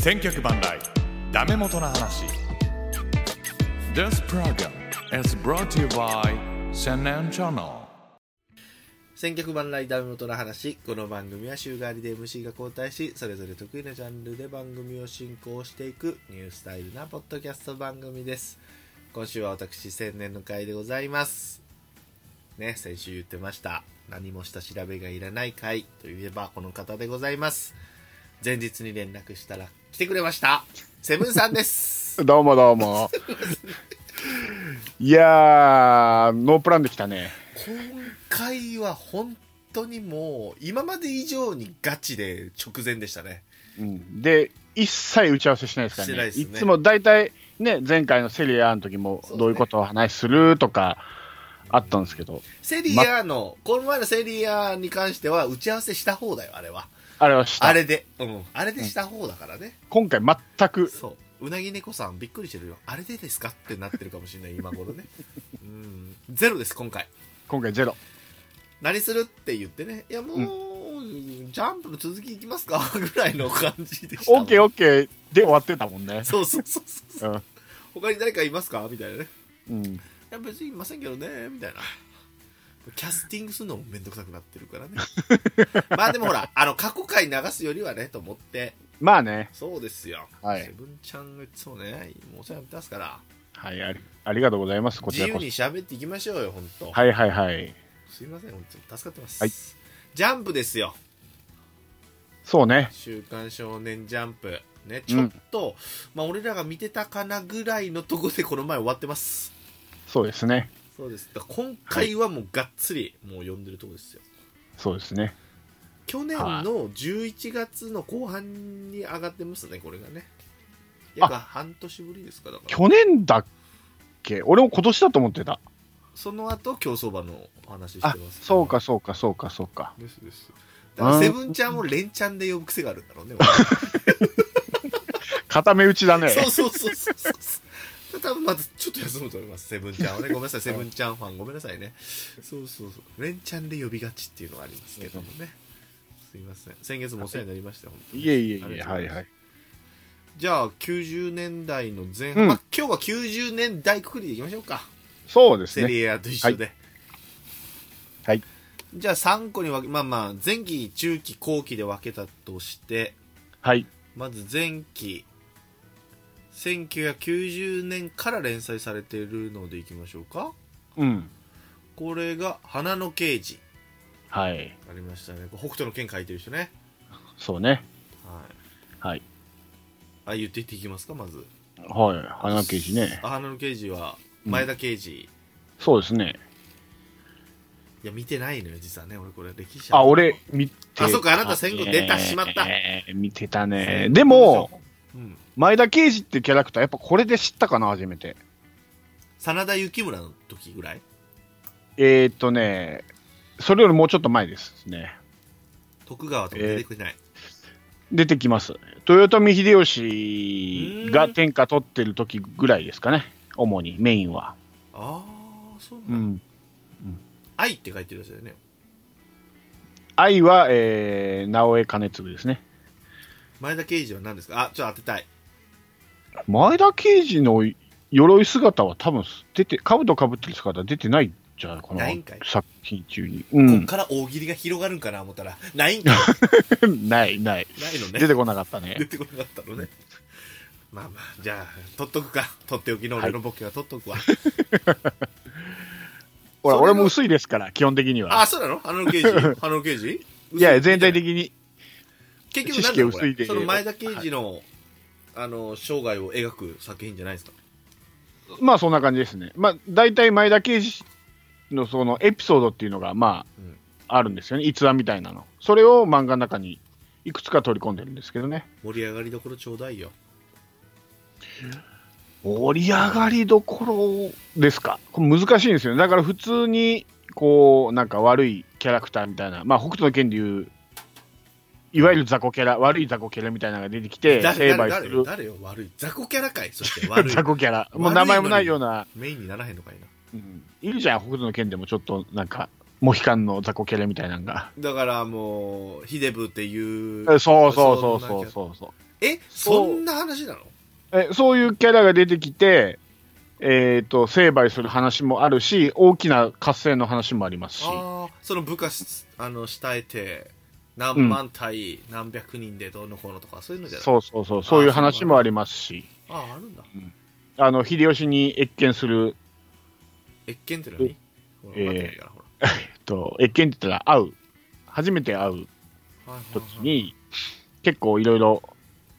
千脚万来ダメ元の話 This program is brought to you by Senan Channel 千客万来ダメ元の話この番組は週替わりで MC が交代しそれぞれ得意なジャンルで番組を進行していくニュースタイルなポッドキャスト番組です今週は私千年の会でございますね先週言ってました何もした調べがいらない会といえばこの方でございます前日に連絡したら来てくれましたセブンさんですどうもど うも。いやー、ノープランできたね。今回は本当にもう今まで以上にガチで直前でしたねうん、で、一切打ち合わせしないですからしてないね。でいすねつも大体、ね、前回のセリアの時もそうねどういうことを話するとかあったんですけど、セリアの、この前のセリアに関しては打ち合わせした方だよ、あれは。あれはした。あれで。うん。あれでした方だからね。今回全く、そう。うなぎ猫さんびっくりしてるよ。あれでですかってなってるかもしれない、今頃ね。うん。ゼロです、今回。今回ゼロ。何するって言ってね。いや、もう、ジャンプの続きいきますかぐらいの感じでしたもん。オッケーオッケーで終わってたもんね。そうそうそうそう。うん他に誰かいますかみたいなね。いうん、や、別にいませんけどね、みたいな。キャスティングするのもめんどくさくなってるから ね。まあでもほら、あの、過去回流すよりはね、と思って、まあね、そうですよ。はいセブンちゃんがいつもね、もうお世話になってますから、はいあり、ありがとうございます、こち自ら由こそに。喋っていきましょうよ、本当。はいはいはい。すいません、本当に助かってます。はいジャンプですよ。そうね、週刊少年ジャンプ。ね、うちょんっと、まあ俺らが見てたかなぐらいのとこでこの前終わってます。そうですね、そうです。だから今回はもうがっつり、もう読んでるとこですよ。そうですね。去年の11月の後半に上がってますね、これがね。約半年ぶりですか、だから。去年だっけ俺も今年だと思ってた。その後、競走馬のお話してまあす、そうかそうかそうかそうかですです。だからうんセブンちゃんを連チャンで呼ぶ癖があるんだろうね。 固め打ちだね俺そうそうそうそうそうそう。多分まずちょっと休むと思います、セブンちゃんはね。ごめんなさい、セブンちゃんファン、ごめんなさいね。そうそうそう。連チャンで呼びがちっていうのはありますけどもね。すいません。先月もお世話になりました、本当に。いえいえいありえがとうごはざいますはいじゃあ、90年代の前半、うんまあ、今日は90年代くくりでいきましょうか。そうですセねリエ A と一緒で。はいじゃあ3個に分け、まあまあ、前期、中期、後期で分けたとして、はいまず前期、1990年から連載されているのでいきましょうか。うんこれが、花の刑事。はいありましたね。これ北斗の剣書いてる人ね。そうねはい。はいあ、言っていっていきますか、まず。はい花刑事ねあ花の刑事は、前田刑事。そうですねいや、見てないのよ、実はね。俺、これ、歴史あ俺見てあそっかあなた戦後出たねしまった見てたねでも、うん。前田刑事ってキャラクターやっぱこれで知ったかな初めて真田幸村の時ぐらいえー、っとねそれよりもうちょっと前ですね徳川とか出てくれない。出てきます豊臣秀吉が天下取ってる時ぐらいですかね主にメインはああ、そうなんうだ。ん愛って書いてるやつだよね。愛は、えー、直江兼次ですね。前田刑事は何ですかあ、ちょっと当てたい。前田刑事の鎧姿は多分出て、兜かぶってる姿は出てないんじゃないかなないんかい、作品中に。うこっ ん、から大喜利が広がるんかな思ったら、ないんかない、なない。いのね。出てこなかったね出。てこなかったのね。まあまあ、じゃあ、取っとくか。取っておきの俺のボケは取っと くわ。ほそれら、が俺も薄いですから、基本的には。あ、そうなの花の 刑事花の刑事いや、全体的に。結局何なのこ知識薄いれでその前田刑事の、あの、生涯を描く作品じゃないですか。まあ、そんな感じですね。まあ、大体前田刑事のそのエピソードっていうのが、まあ、うんあるんですよね。逸話みたいなの。それを漫画の中にいくつか取り込んでるんですけどね。盛り上がりどころちょうだいよ。盛り上がりどころですか、これ難しいんですよね、だから普通にこうなんか悪いキャラクターみたいな、まあ、北斗の拳でいう、いわゆる雑魚キャラ、悪い雑魚キャラみたいなのが出てきて、誰成誰敗す誰る誰よ悪い雑魚キャラかいそして悪い 雑魚キャラ、も悪うい名前もないような、メインにならへんのかいなうんいるじゃん、北斗の拳でもちょっとなんか、モヒカンの雑魚キャラみたいなのが、だからもうヒデブっていうそうそうそうそうそうそう、えそんな話なのえそういうキャラが出てきて、えー、と成敗する話もあるし大きな活性の話もありますしああその部下しあの慕えて何万対何百人でどうのこうのとかそういうのじゃないそうそうそうそういう話もありますしあああるんだあの秀吉に謁見する、越見って何ほらえ分ーかってないからほえっと謁見って言ったら会う初めて会うらはいはいはい時に結構いろいろ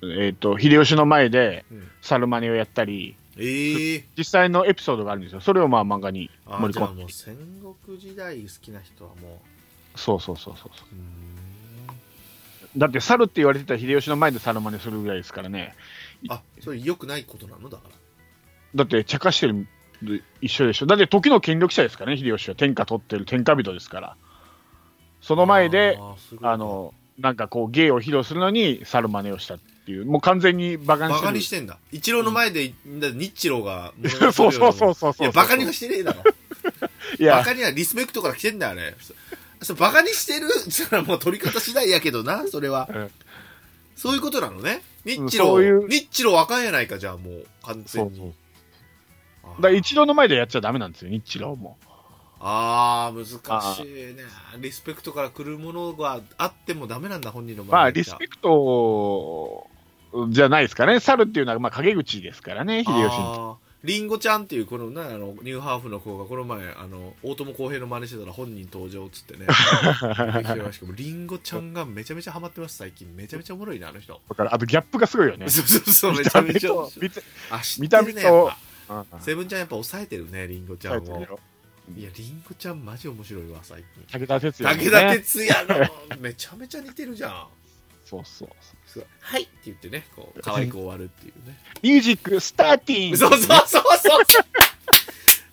えー、と秀吉の前でうん猿真似をやったりええ実際のエピソードがあるんですよそれをまあ漫画にあ盛ーりじゃあ込んでもう戦国時代好きな人はもそうそうそうそうそうううーんうだって猿って言われてた秀吉の前で猿真似するぐらいですからねあそれ良くないことなのだからだって茶化してる一緒でしょだって時の権力者ですからね秀吉は天下取ってる天下人ですからそその前であーそういうことかあのなんかこう芸を披露するのに猿真似をしたっていうもう完全にバカにバしてカるにしてんだ一郎の前でだって日郎が そうそうそうそうそういやバカにはしてねえだろいバやカにはリスペクトから来てんだよあれそそれバカにしてるじゃあもう取り方次第やけどなそれは、うんそういうことなのね日うん郎そういう日郎あかんやないかじゃあもう完全にそうあーだから一郎の前でやっちゃダメなんですよ日郎もあー難しいねリスペクトから来るものがあってもダメなんだ本人のまあ前でリじゃスペクトじゃないですかね猿っていうのはまあ陰口ですからね秀吉にとっあてーリンゴちゃんっていうこのねあのニューハーフの子がこの前あの大友康平の真似してたら本人登場っつってね来てましたけどリンゴちゃんがめちゃめちゃハマってます最近めちゃめちゃおもろいなあの人だからあとギャップがすごいよねそうそう そうめちゃめちゃ見たあ知見ってたる目ねやっと目とぱセブンちゃんやっぱ抑えてるねリンゴちゃんをうんいやリンゴちゃんマジ面白いわ最近武田鉄矢もね武田鉄矢のめちゃめちゃ似てるじゃんそうそうそうすごいはいって言ってねこう可愛く終わるっていうねミュージックスターティンそうそうそうそう。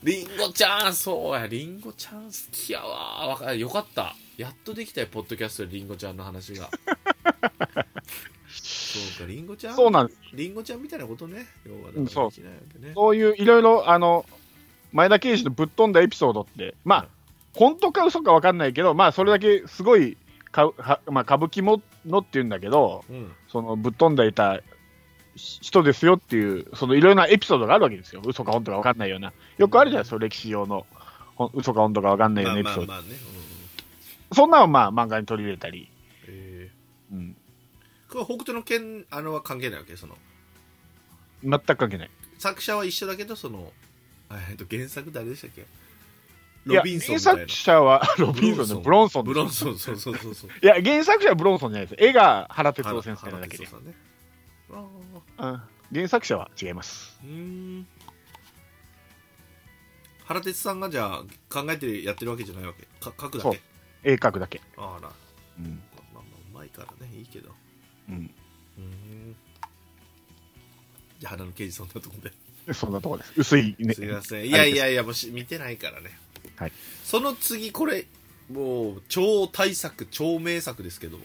リンゴちゃん、そうや、リンゴちゃん好きやわ。わかよかった。やっとできたよ、ポッドキャストでリンゴちゃんの話が。そうか、リンゴちゃんそうなんです。リンゴちゃんみたいなことね。要はだうんからそうできないわけね。そういういろいろ、あの、前田刑事のぶっ飛んだエピソードって、まあ、本当か嘘か分かんないけど、まあ、それだけすごいか、はまあ、歌舞伎ものっていうんだけど、うん。そのぶっ飛んだいた人ですよっていう、そのいろいろなエピソードがあるわけですよ。嘘か本当か分かんないような。よくあるじゃないですか、歴史上の。ほん嘘か本当か分かんないようまあなエピまあソード。まあね。うんうんそんなのをまあ、漫画に取り入れたり。えうん。ーこれは北斗の剣、あのは関係ないわけその、全く関係ない。作者は一緒だけど、その、えっと、原作誰でしたっけいやロビンソン原みたいな。作者は、 ロビンソンのブロンソンブですロンソン、そうそう そうそう。いや、原作者はブロンソンじゃないです。絵が原哲夫先生なだけで原。原哲夫さんねうん原作者は違います。あーうーん原哲さんがじゃあ考えてやってるわけじゃないわけか書くだそうけ絵描くだけ。あらまあうん。まあうまいからねいいけどうん。うーんじゃあ原の刑事そんなとこでそんなとこです。薄いねす。いませんいやいやいやもうし見てないからねはいその次これもう超大作超名作ですけども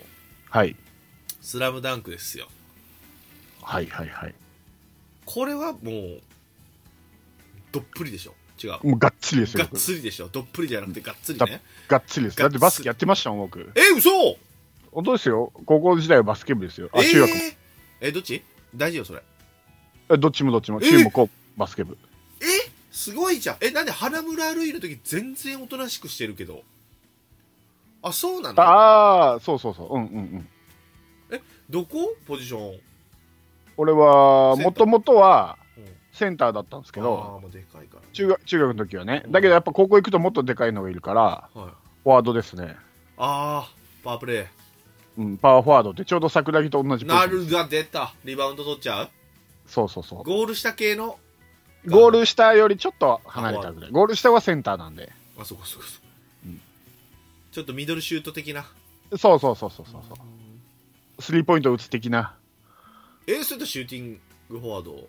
はい。 「スラムダンクですよはいはいはい。これはもうどっぷりでしょ違うもうがっつりですがよっ。つりでしょどっぷりじゃなくてがっつりだねがっつりです。だってバスケやってましたもん、僕。え嘘本当ですよ。高校時代はバスケ部ですよ。あ、え中学もーえどっち大事よそれえ。どっちもどっちも。え中も高バスケ部。えすごいじゃんえなんで花村歩いの時全然おとなしくしてるけどあそうなのああ、そうそうそう。うんうんうん。どこポジション俺は、センもターともとはうんセンターだったんですけあど、ーもうでかいからね、中学中学の時はね。だけどやっぱ高校行くともっとでかいのがいるから、はい、フォワードですね。あーパワープレうん、パワーフォワードってちょうど桜木と同じイポジシなョンるが出たリバウンド取っちゃうそうそうそうゴールした系のゴール下よりちょっと離れたぐらいゴール下はセンターなんであそこそこそこ、うんちょっとミドルシュート的なそうそうそうそうそうそうスリーポイント打つ的なえそれとシューティングフォワード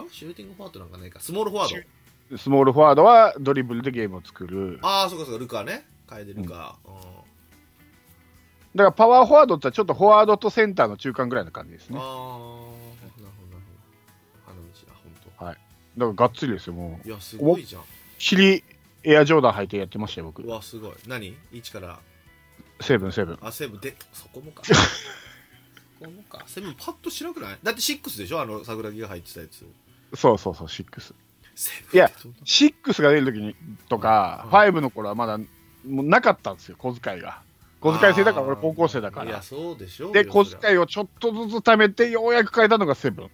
あシューティングフォワードなんかないかスモールフォワーシドュスモールフォワードはドリブルでゲームを作るだかああ、そうかそうか、ルカね。変えてルカ。うんらパワーフォワードってちょっとフォワードとセンターの中間ぐらいの感じですああ、なるねほど、なるほど。花道だ、本だからがっつりですよも当。ういや、すごいじゃん。尻エアジョーダン履いてやってましたよ僕うわ、すごい。何 ?1 から、セブンセブン あ、セーブで、そこもか。このかそれもパッとしなくないだって6でしょあの桜木が入ってたやつそうそうそう、6。セブンいやってどんな6が出るときにとか、はい5の頃はまだもうなかったんですよ、小遣いが。小遣い制だから、俺高校生だかいやら。そうでしょで、小いや遣いをちょっとずつ貯めて、ようやく買えたのが7。そりゃ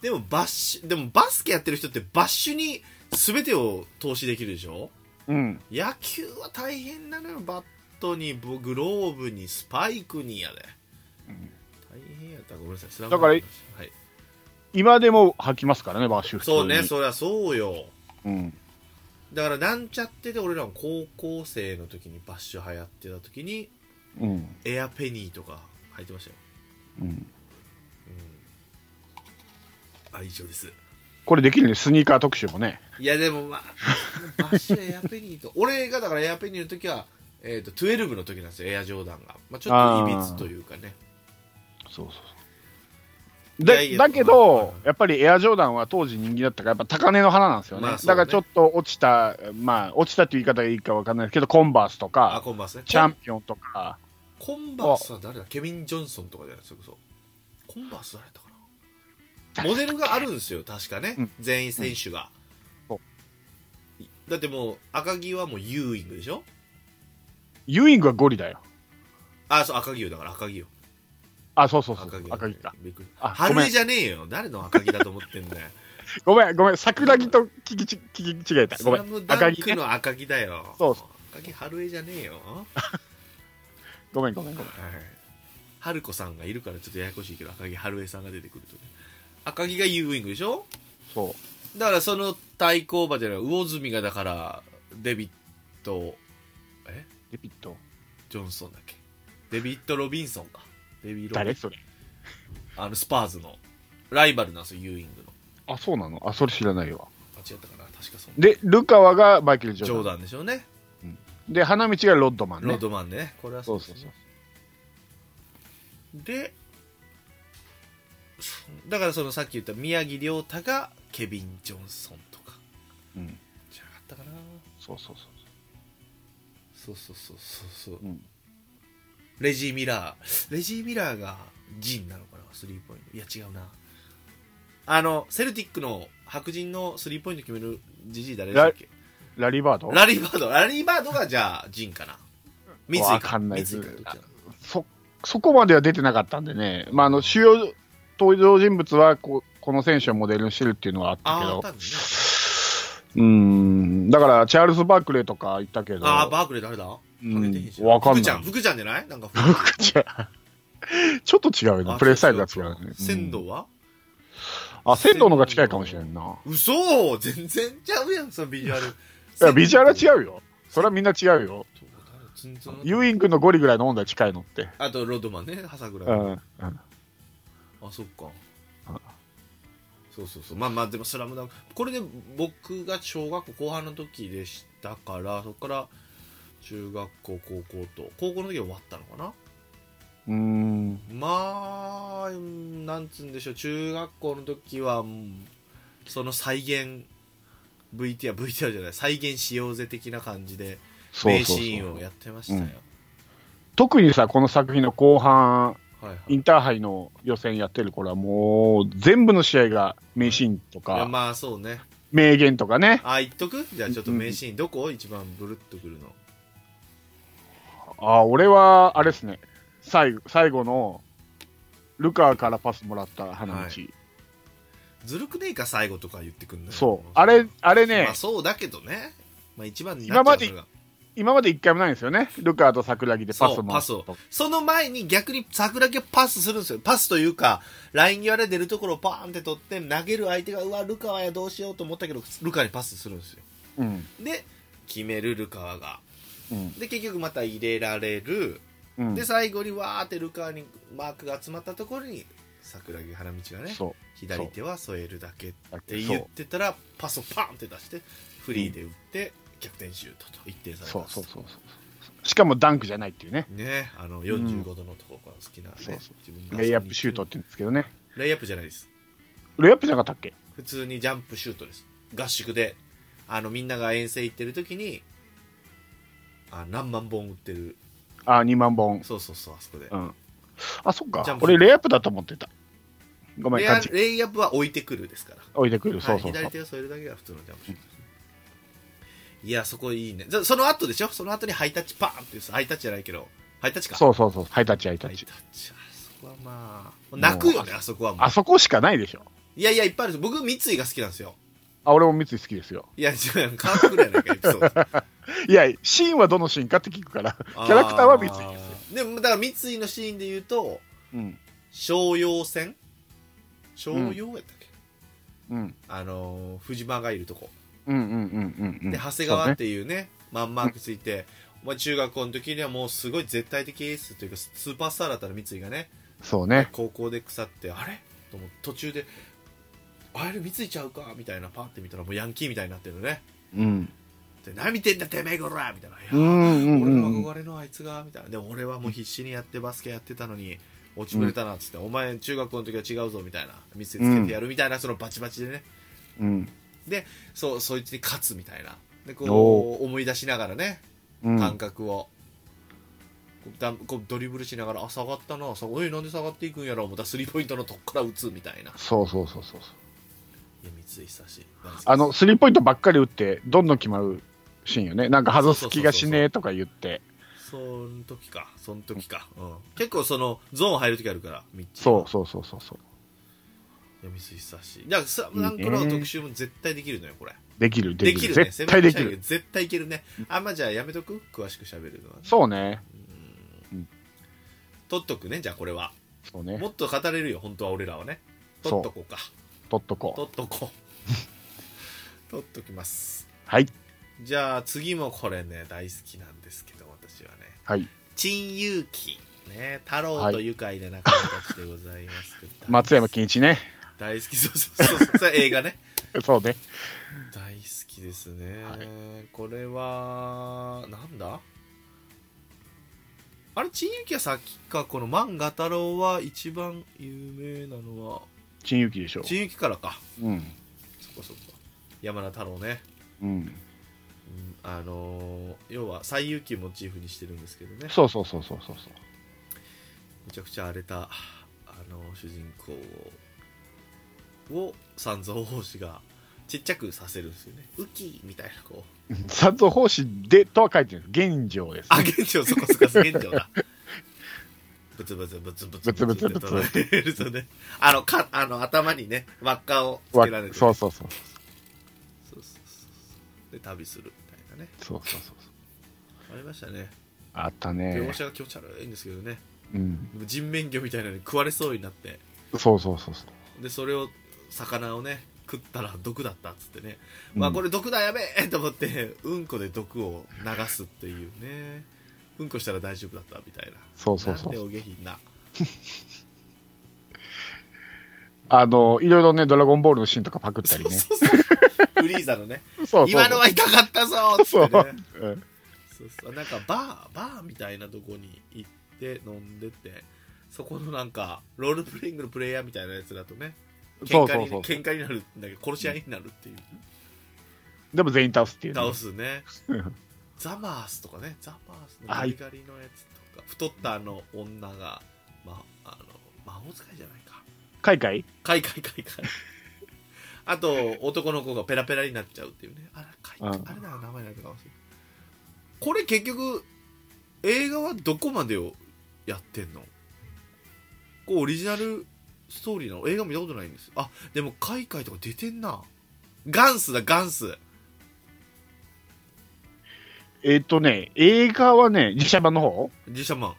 でもバッシュでもバスケやってる人ってバッシュに全てを投資できるでしょうん。野球は大変なのよバットにボグローブにスパイクにやで、大変やったごめんなさいスラムダンクだからの話はい、今でも履きますからね、バッシュ普通にそうねそりゃそうようん。だからなんちゃってで俺らも高校生の時にバッシュ流行ってた時にうん。エアペニーとか入ってましたようん。あ以上ですこれできるね、スニーカー特集もね。いやでもまあバッシュエアペニーと 俺がだからエアペニーの時はえー、と12の時なんですよエアジョーダンが、まあ、ちょっといびつというかねそうそうそう。いやいでやだけまあまどあ、やっぱりエアジョーダンは当時人気だったから、やっぱ高値の花なんですよね。まあそうねだからちょっと落ちた、まあ、落ちたっていう言い方がいいかわかんないですけど、コンバースとあか、コンバースねチャンピオンとか、コンバースは誰だケビン・ジョンソンとかじゃないそれこそコンバース誰だったかなモデルがあるんですよ確かね、うん全員選手が、うんだってもう赤木はもうユーイングでしょユーイングはゴリだよ。あそう赤木よだから赤木よあ、そうそうそう。赤赤木木よか。びっくりあご春め江んじゃねえよ誰の赤木だと思ってんだよごめん、ごめん。桜木と聞きち聞き違えた。ス ごめラムん。ダ赤ン木クね。の赤木だよそうそ赤木春江じゃねえよごめん、ごめん、ごめはん。い、春子さんがいるからちょっとややこしいけど赤木春江さんが出てくるとね赤木がユーイングでしょそう。だからその対抗馬じゃない魚住がだからデビットえデビット。ジョンソンだっけデビット・ロビンソンかデビロ誰それ。あのスパーズのライバルなんですよユーイングのあ、そうなのあ、それ知らないわ。あ違ったかな確かそので、ルカワがマイケル・ジョージダン。ョーダンでしょうねで、花道がロッドマンローね。ドマンねこれはそうですそうねそう。でだからそのさっき言った宮城亮太がケビン・ジョンソンとかうん。じゃなかったかなそうそうそう。そうそうそうそうそう、うんレジー・ミラーレジー・ミラーがジンなのかなスリーポイントいや違うなあのセルティックの白人のスリーポイント決めるジジイ誰でしたっけラリーバードラリーバードラリーバードがじゃあジンかな三井わかんないです三井かどっちなのそ、そこまでは出てなかったんでね。まあ、あの、主要登場人物はこ、この選手をモデルにしてるっていうのはあったけああ多。ど分ねうーん。だから、チャールズ・バークレーとかいたけど。あーバークレー誰だわうんわかんな福いちゃん福ちゃんじゃないなんかちょちょっと違うよあな、プレイスタイルが違うよね。仙うん道は、あ、仙道の方が近いかもしれんな。嘘全然ちゃうやんそのビジュアルいや、ビジュアルはう違うよ。それはみんな違うよ。ユーイングのゴリぐらいの温度は近いのって。あとロッドマンね朝倉、うん。うんあそっかあそうそうそうまあまあでも「スラムダンクこれで僕が小学校後半の時でしたからそこから中学校高校と高校の時は終わったのかなうーん。まあうんなんつうんでしょう中学校の時はうんその再現 VTR VTR じゃない再現しようぜ的な感じでそう名そうシそーンをう。やってましたよ特にさ、この作品の後半、はいはいインターハイの予選やってる頃はもう、全部の試合が名シーンといやか、まあそうね名言とかね。あ言っとくじゃあちょっと名シーンどこ一番ブルッとくるのあ、俺は、あれですね。最後、最後の、ルカからパスもらった花道。はいずるくねえか最後とか言ってくんのよそう。あれ、あれねまあ、そうだけどね、まあ、一番になっちゃうのが今まで一回もないんですよね。ルカーと桜木でパスそうもパスをその前に逆に桜木がパスするんですよパスというかライン際で出るところをパーンって取って投げる相手がうわルカワやどうしようと思ったけどルカにパスするんですようん。で決めるルカワがうん。で結局また入れられるうんで最後にわーってルカワにマークが集まったところに桜木花道がねそ左手は添えるだけう。って言ってたらパスをパンって出してフリーで打って逆転シュートと1点差でそう勝つそうそうそうそう。しかもダンクじゃないっていうね。ねあの45度のところから好きな、ねそうそう自分がレイアップシュートって言うんですけどね。レイアップじゃないですレイアップじゃなかったっけ普通にジャンプシュートです合宿であのみんなが遠征行ってる時にあ何万本打ってるあ、2万本。そうそうそうあそこで、うん。あ、そっかジャン。プ俺、レイアップだと思ってた。ごめん、レア勘違い。レイアップは置いてくるですから置いてくる。そうそうはい、そう左。手を添えるだけが普通のジャンプシュートですね、いやそこいいねじゃその後でしょその後にハイタッチパーンっていうハイタッチじゃないけどハイタッチかそうそうそう。ハイタッチ、ハイタハイッチタ。ッチあそこはまあ泣くよねあそこはもうあそこしかないでしょ。いやいやいっぱいあるんです僕三井が好きなんですよあ、俺も三井好きですよ。いや違う変わってくるやないかエピソ ードキいや、シーンはどのシーンかって聞くから、キャラクターは三井ですよ。でもだから三井のシーンで言うとうん。商用船商用やったっけ、うん。あのー藤間がいるとこうんうんうんうん。で長谷川っていうねマンマークついて、まあ、中学校の時にはもうすごい絶対的エースというかスーパースターだったの三井がねそうね。高校で腐ってあれと思って途中で「あれ三井ちゃうか」みたいなパッて見たらもうヤンキーみたいになってるのねそうね。うん。で「何見てんだてめえこら!」みたいな「いやうんうん俺うんのうん。憧れのあいつが」みたいなで俺はもう必死にやってバスケやってたのに落ちぶれたなっつって、お前中学校の時は違うぞ」みたいな三井つけてやるみたいな、そのバチバチでねうん。そうそいつに勝つみたいなでおこう思い出しながらねうん。感覚を、こうだこうドリブルしながらあ下がったな下がえなんで下がっていくんやろ思ったらスリーポイントのとこから打つみたいないそうそうそうそうそう。や三井久志あの、スリーポイントばっかり打って、どんどん決まるシーンよね。なんか外す気がしねえとか言って。そん時かそん時か、うん、結構そのゾーン入る時あるから三井そうそうそうそうそう。いや三井久志だからさなんかの特集も絶対できるのよこれできる、ででききるる。ね絶対でき攻めるの。試合絶対いけるねあんまあじゃあやめとく詳しく喋るのはそうね。取っとくねじゃあこれはそうねも。っと語れるよ本当は俺らはね取そっうとこうか取っとこう。取っとこ う取っときますはい。じゃあ次もこれね大好きなんですけど私はねはい。陳勇気ね太郎と愉快な仲間たちでございますけど、松山健一ね。大好きそうそうそうそうそれ映画ね そうね。大好きですね、はいこれはなんだあれ陳勇気は先かこの万画太郎は一番有名なのは陳勇気でしょ。陳勇気からかうん。そこそこ山田太郎ねうん。うんあのー要は西遊記モチーフにしてるんですけどねそうそうそうそうそうそう。めちゃくちゃ荒れたあの主人公をを三蔵法師がちっちゃくさせるんですよねウキみたいなこう三蔵法師でとは書いてるんです。現状です。あ現状そこそこ現状だブツブツブツブツブツブツブツって捉えるとねあのかあの頭にね輪っかをつわけられてそうそうそうそう。そうそうで旅するみたいなねそうそうそう。ありましたねあった描ね。写が気持ち悪いんですけどねうん。人面魚みたいなのに食われそうになってそうそうそうそう。でそれを魚をね食ったら毒だったっつってね、うんまあこれ毒だやべえと思ってうんこで毒を流すっていうねうんこしたら大丈夫だったみたいなそうそうそなんでう。お下品なあの、いろいろね、ドラゴンボールのシーンとかパクったりね。そうそうそうフリーザのね そうそうそう。今のは痛かったぞっつそってうね。うんそうそうなんかバーバーみたいなとこに行って飲んでてそこのなんかロールプレイングのプレイヤーみたいなやつだとね喧そう嘩そにうそう。喧嘩になるんだけど殺し合いになるっていうでも全員倒すっていうね。倒すねうんザマースとかねザマースのガはリいガリのやつとか太ったあの女が、ま、あの魔法使いじゃないか 海外かいかいかい かいあと男の子がペラペラになっちゃうっていうねあらかい、うんあれだ名前なんだか忘れたこれ結局映画はどこまでをやってんのこうオリジナルストーリーなの映画見たことないんですあでも海外とか出てんなガンスだガンスえっ、とね、映画はね、実写版の方実写マン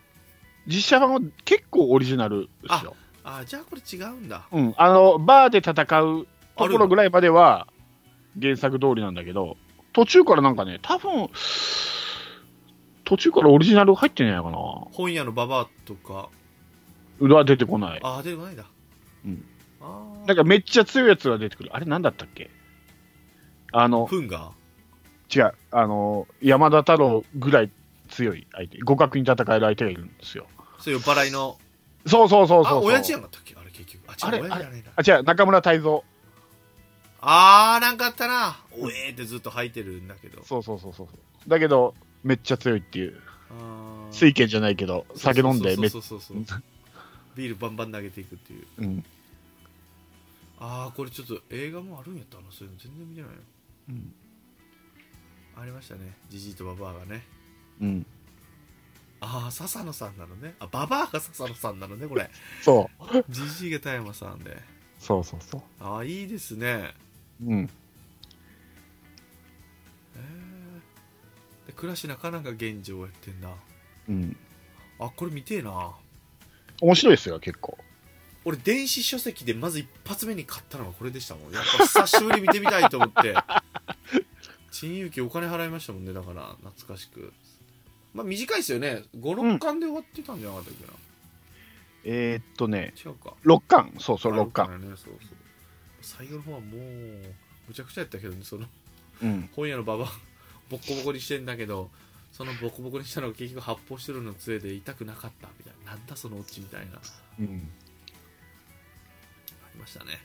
実写版は結構オリジナルですよ。あじゃあこれ違うんだうん。あの、バーで戦あうとこるのろぐらいまでは原作通りなんだけど、途中からなんかね、多分途中からオリジナル入ってないのかな本屋のババアとかうわ、出てこない。ああ出てこないんだうんああなんかめっちゃ強いやつが出てくる。あれなんだったっけあの、フンが違う、あの、山田太郎ぐらい強い相手、互角に戦える相手がいるんですよ。そういう払いのそうそうそうそうそあう。親父やんかったっけあれ結局ああ違れう親父じゃないなあ、違う、中村泰造。あーなんかあったなおえーってずっと吐いてるんだけどそうそうそうそう。だけど、めっちゃ強いっていう。あー水拳じゃないけど、酒飲んでめっそうそうそうそうそうビールバンバン投げていくっていううんああこれちょっと映画もあるんやったなそういうの全然見てないのうんありましたねじじいとババアがねうん、ああ笹野さんなのねあババアが笹野さんなのねこ れそうじじいが田山さんでそうそうそう、ああいいですねうん、えーで倉科かなが現状やってんなうん、あこれ見てえな面白いですよ結構俺電子書籍でまず一発目に買ったのがこれでしたもんやっぱ久しぶりに見てみたいと思って 陳勇気お金払いましたもんねだから懐かしくまあ短いですよねう56ん巻で終わってたんじゃなかったっけな、えーっとね違うか6巻そうそうあ6巻、六ねそうそう最後の方はもうむちゃくちゃやったけどねそのうん、本屋のババア ボッコボコにしてんだけどそのボコボコにしたのが結局発泡してるの杖で痛くなかったみたいななんだそのオチみたいなうん、ありましたね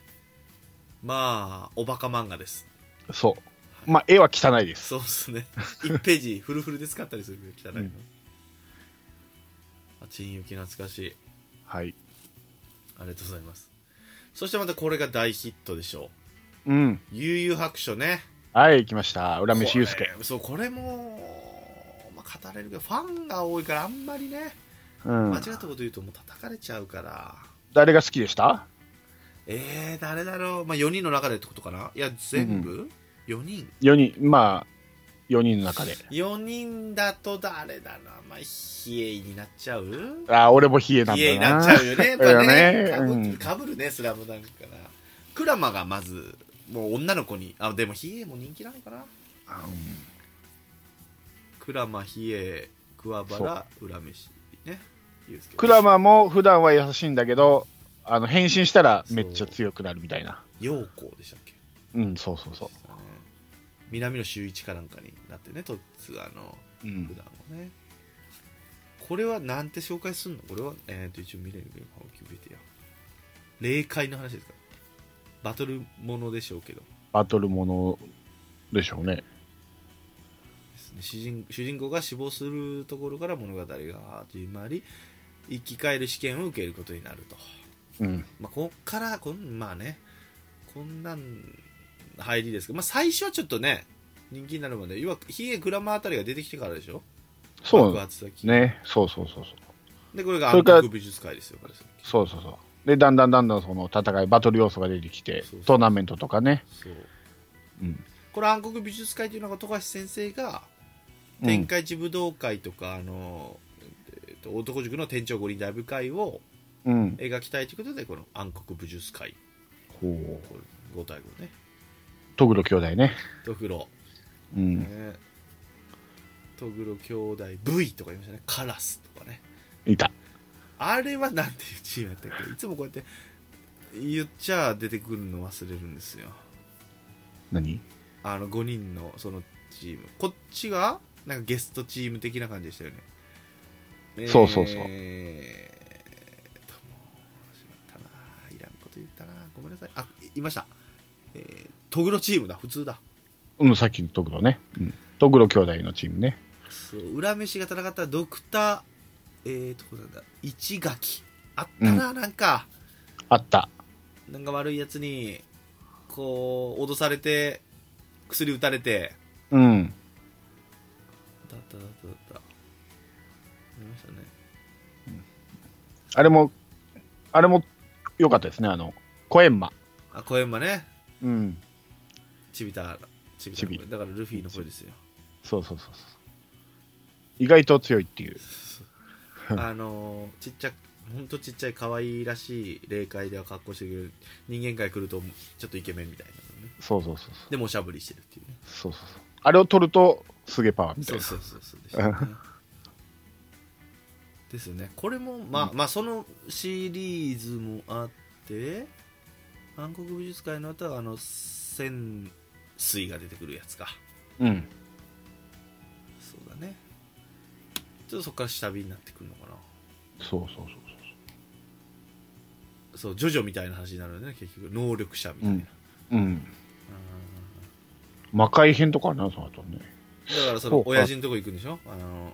まあおバカ漫画ですそうまあ絵は汚いですそうですね1ページ フルフルで使ったりするけど汚いの、うんあ陳勇気懐かしいはいありがとうございますそしてまたこれが大ヒットでしょうんう悠々白書ねはい来ました浦飯祐介これそうこれも、まあ、語れるけどファンが多いからあんまりねうん間違ったこと言うともう叩かれちゃうから誰が好きでしたえー、誰だろう、まあ、4人の中でってことかないや全部、4人4人まあ4人の中で4人だと誰だなまあ比叡になっちゃうああ俺も冷え比なん叡にだななっちゃうよねやっぱねだかよねうぶんかぶるねスラムダンクかなクラマがまずもう女の子にあでも比叡も人気なのかなクラマ比叡桑原浦飯ねユースケクラマも普段は優しいんだけどあの変身したらめっちゃ強くなるみたいな陽光でしたっけうんそうそうそうね南野周一かなんかになってねとっつあの普うん段はねこれはなんて紹介するのこれはえっ、と一応見れるけどハオキュービティア霊界の話ですかバトルものでしょうけどバトルものでしょうねですね主人主人公が死亡するところから物語が始まり生き返る試験を受けることになるとうんまあ、こっからこんまあねこんなん入りですけど、まあ、最初はちょっとね人気になるまで要はヒエグラマーあたりが出てきてからでしょそう爆なん発先ねそうそうそうそうでこれがそ暗れから黒美術界ですよこれそうそうそうそうでだんだんだんだんその戦いバトル要素が出てきてそうそうトーナメントとかねうんこれ暗黒美術界というのが富樫先生が天界一武道会とか、あのえっと男塾の店長五輪大舞会をうん描きたいということでこの暗黒美術界ほうこれ5対5ねトグロ兄弟ねドフロうんねトグロ兄弟 V とか言いましたねカラスとかねいたあれはなんていうチームやったっけいつもこうやって言っちゃ出てくるの忘れるんですよ何あの5人のそのチームこっちがなんかゲストチーム的な感じでしたよねえーそうそうそうえーっともうしまったないらんこと言ったなごめんなさいあいいましたえートグロチームだ普通だうんさっきのトグロねうんトグロ兄弟のチームねそう裏飯が戦ったドクターえー、とこなんだ一垣あったな、なんかあったなんか悪いやつにこう脅されて薬打たれてうんだっただっただったありましたねあれも、あれも良かったですね、あの、コエンマ。あ小山ねうん。ちびたちびたの声ちびだからルフィの声ですよそうそうそうそう。意外と強いっていう。あのーちっちゃほんとちっちゃい可愛いらしい霊界では格好してるけど人間界来るとちょっとイケメンみたいなのねそうそうそうそう。でもおしゃぶりしてるっていうねそうそうそう。あれを取ると、すげえパワーみたそいうな。そうそうそうでしたねですよねこれもまあ、まあそのシリーズもあって暗黒美術界の後はあの潜水が出てくるやつかうん。そうだねちょっとそこから下火になってくるのかなそうそうそうそうジョジョみたいな話になるよね結局能力者みたいな、うんそう。うん。あ魔界編とかあるな、その後ね。ーだからそそのうか親父のとこ行くんでしょあの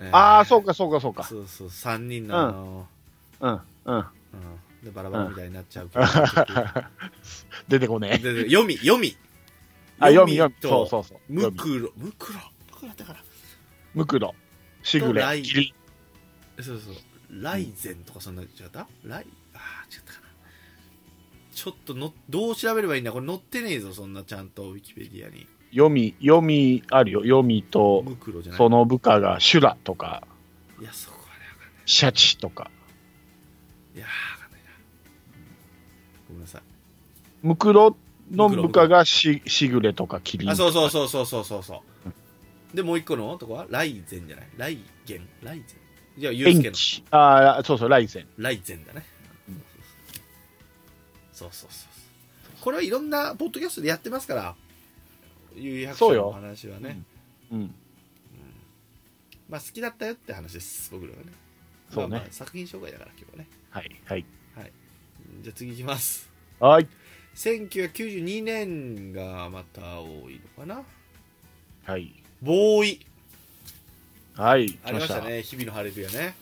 ええーああ、そうか、そうか、そうか。そうそう3人のあの、うん、うん。 うんでバラバラみたいになっちゃうけど、結局出てこねえ。でで読み読みあ、読み、読み。とそうそうそう。ム読みクロムクロムクロだったからムクロ。シグとラレ。イキリン。えそうそうライゼンとかそんな違ったライああ違ったかなちょっとのどう調べればいいんだこれ載ってねえぞそんなちゃんとウィキペディアに読み、読みあるよ。読みと、ムクロじゃないその部下がシュラとか、いやそこはねわかんなシャチとか。いいやーわかんないなごめんなさいムクロの部下がシシグレとかキリン。あそうそうそうそうそうそうそうでもう一個のとこはライゼンじゃないライゲンライゼンじゃあユーエスンケのチ。ああ、そうそう、ライゼン。ライゼンだね、そうそうそうそうこれはいろんなポッドキャストでやってますから有役者そうのよ話はね、うん。まあ好きだったよって話です僕らはねそうねまあまあ作品紹介だから今日はねはい、はい。じゃあ次いきますはい。 1992年がまた多いのかなはい。ボーイはい。来ありました。ね日々の晴れるやね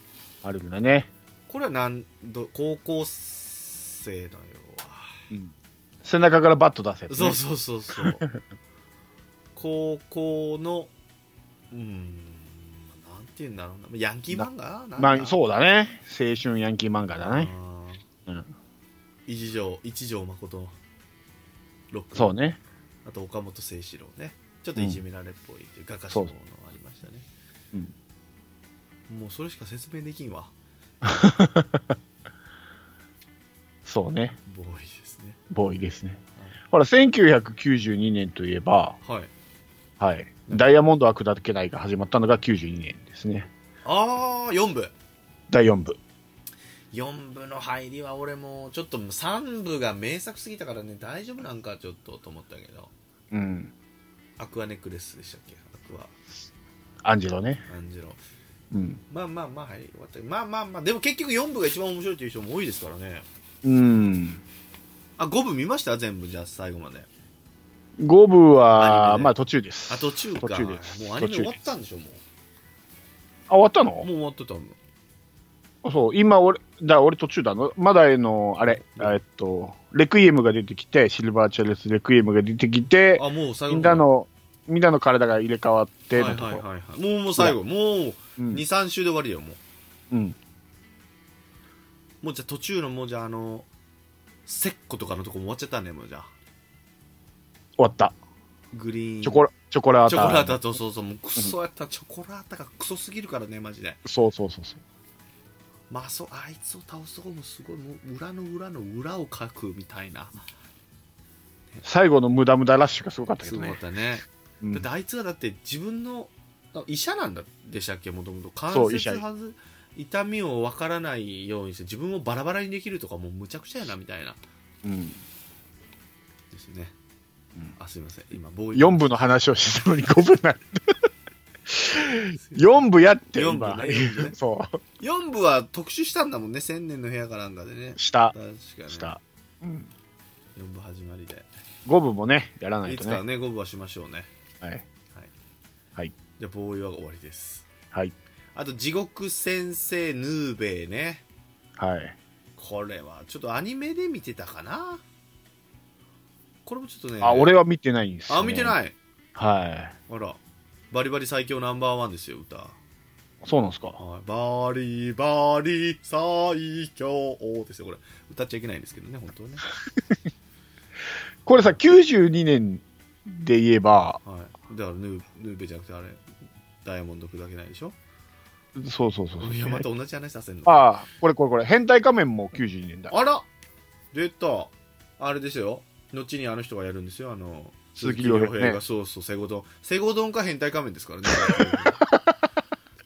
あるんだね。これは何度高校生だようん。背中からバット出せ、そうそうそうそう 高校のうんなんて言うんだろうなヤンキー漫画なんまだあ、そうだね。青春ヤンキー漫画だね。ううんん一条一条誠ロックそうね。あと岡本清志郎ねちょっといじめられっぽいっていう画家志望のありましたねうんもうそれしか説明できんわそうね。ボーイですねボーイですね。ほら、1992年といえば、はいはい。ダイヤモンドは砕けないが始まったのが92年ですね。ああ4部第4部。 4部の入りは俺もちょっと3部が名作すぎたからね大丈夫なんかちょっとと思ったけどうん。アクアネックレスでしたっけアクアンジェロね。アアンジェロうん。まあまあまあはい終わったまあまあまあでも結局4部が一番面白いという人も多いですからねうん。あ5部見ました全部じゃあ最後まで5アニ部メは、ねまあ途中です。あ途中か途中です。もうアニメ終わっ途中ですたんでしょもあ、終わったうのもう終わってたもんそう、今俺、だ俺途中だの。まだあの、あれ、えっと、レクイエムが出てきて、シルバーチャレスレクイエムが出てきて、あもう最後みんなの、みんなの体が入れ替わっはていのはいところ、はいはいもうもう最後もううん23週で終わりだよもううん。もうじゃあ途中のもうじゃああのセッコとかのとこも終わっちゃったねもうじゃあ終わった。グリーンチョコラ、チョコラータ。チョコラータとそうそうもうクソやった、チョコラータがクソすぎるからねマジでそうそうそうそう。まあそうあいつを倒すとこもすごいもう裏の裏の裏をかくみたいな最後の無駄無駄ラッシュがすごかったけすどごかねっ。たね、うんだってあいつがだって自分のあ医者なんだでしたっけもともと関そう医節者はず痛みを分からないようにして自分をバラバラにできるとかもうむちゃくちゃやなみたいなうんですね、うんあすいません今ボーイ4部の話をしてたのに5部になる。4部やって、四部ね今四部ね そ4部は特集したんだもんね千年の部屋かなんかでねう。下確、かに下。 4部始まりで5部もね、やらないいとつかはね。ね五部はしましょうねはい。じゃあボーイは終わりですはい。あと地獄先生ヌーベイねはい。これはちょっとアニメで見てたかなこれもちょっとねあ、俺は見てないんです、ね。あ見てい。ないはあらバリバリ最強ナンバーワンですよ歌い。そうなんですか。はいバリバリ最強ですよこれ歌っちゃいけないんですけどね本当はね、これさ、92年で言えば、はい、だからヌーヌーベイじゃなくてあれダイヤモンド砕けないでしょそうそうそうそう。いやまた同じ話させんのあああ、これこれこれ、変態仮面も92年だ。ら出たあれですよ後にあの人がやるんですよあの鈴木亮平ねがそうそうセゴドンセゴドンか変態仮面です からね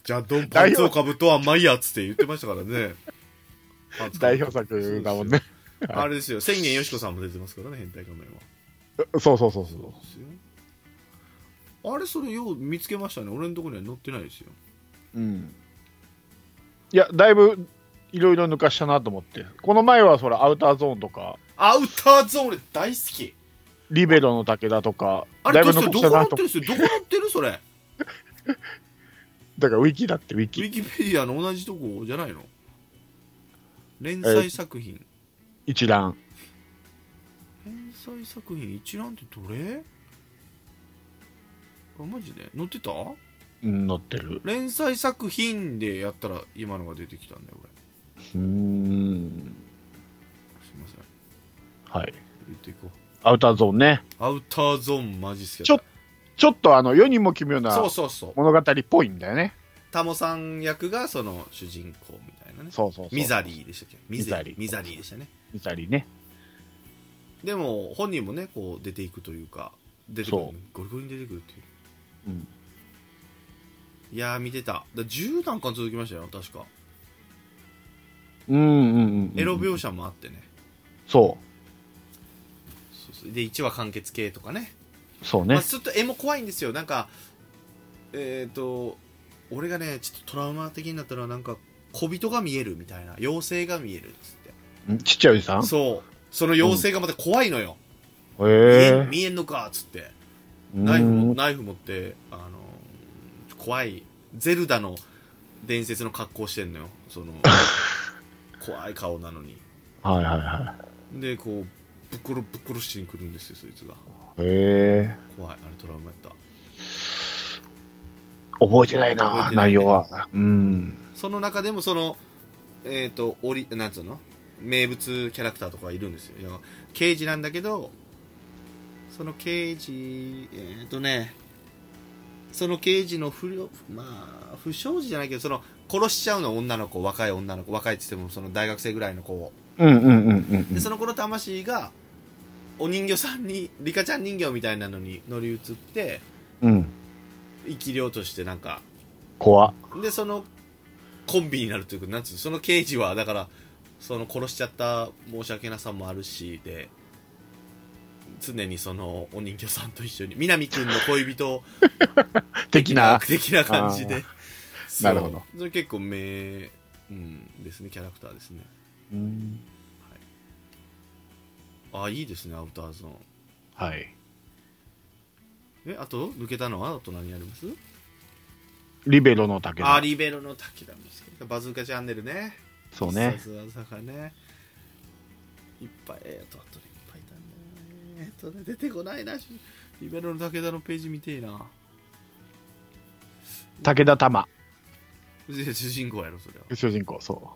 じゃあドンパ代ンツ表をかぶとはまいやっつって言ってましたからねパンツ代表作だもんね。あれですよ千年よしこさんも出てますからね変態仮面はそうそうそうそう。ですよあれそれよう見つけましたね俺のところには載ってないですようん。いや、だいぶ、いろいろ抜かしたなと思って。この前は、そら、アウターゾーンとか、アウターゾーン俺大好きリベロの武田とか、あだれいぶどうする残どしこた乗なっとてる思んっですよどこ乗ってるそれだからウィキだってウィウィキキペディアの同じとこじゃないの連載作品一覧連載作品一覧ってどれあマジで載ってたうん載ってる連載作品でやったら今のが出てきたんだよ俺うーんすいませんはい言っていこうアウターゾーンねアウターゾーンマジっすけどちょっちょっとあの世にも奇妙なそうそうそう物語っぽいんだよねタモさん役がその主人公みたいなねそうそうそうミザリーでしたっけミザリーミミザザリリーーでしたね見たりねでも本人もねこう出ていくというか出てくるそうゴリゴリに出てくるっていううんいやー見てただ10段間続きましたよ確かうんうんうんうんエロ描写もあってね、そそうそうで1話完結系とかねうそうまねあ、ちょっと絵も怖いんですよなんかえっ、と俺がねちょっとトラウマ的になったのはなんか小人が見えるみたいな妖精が見えるっつってうんちっちゃいおじさんそうその妖精がまた怖いのよ、見えんへえ見えんのかっつってうナイフもんナイフ持ってあの怖いゼルダの伝説の格好してんのよそ の怖い顔なのにはいはいはでこうぶっころぶっ殺しに来るんですよそいつがいへえ怖いあれトラウマやった覚えてないな覚えてないね内容はうんその中でもそのえっ、とおりなんつうの名物キャラクターとかいるんですよいや刑事なんだけどその刑事えっ、とねその刑事の不良まあ不祥事じゃないけどその殺しちゃうの女の子若い女の子若いっつってもその大学生ぐらいの子をうんうんうんうんでその子の魂がお人形さんにリカちゃん人形みたいなのに乗り移ってうんうん生き量としてなんか怖っでそのコンビになるというかなんつうのその刑事はだからその殺しちゃった申し訳なさもあるしで常にそのお人形さんと一緒に南くんの恋人的な的な感じあでーそうなるほどそれ結構名、うん、ですねキャラクターですねうんあいいですねアウターゾーンはいえあと抜けたのはあと何やりますリベロの竹あ田ーリベロの滝だもんですけどバズーカチャンネルねそうね必殺技がねいっぱいえっとあといっぱいいたんだよねえっとね出てこないなしリベロの武田のページ見てえな武田玉いや主人公やろそれは主人公そ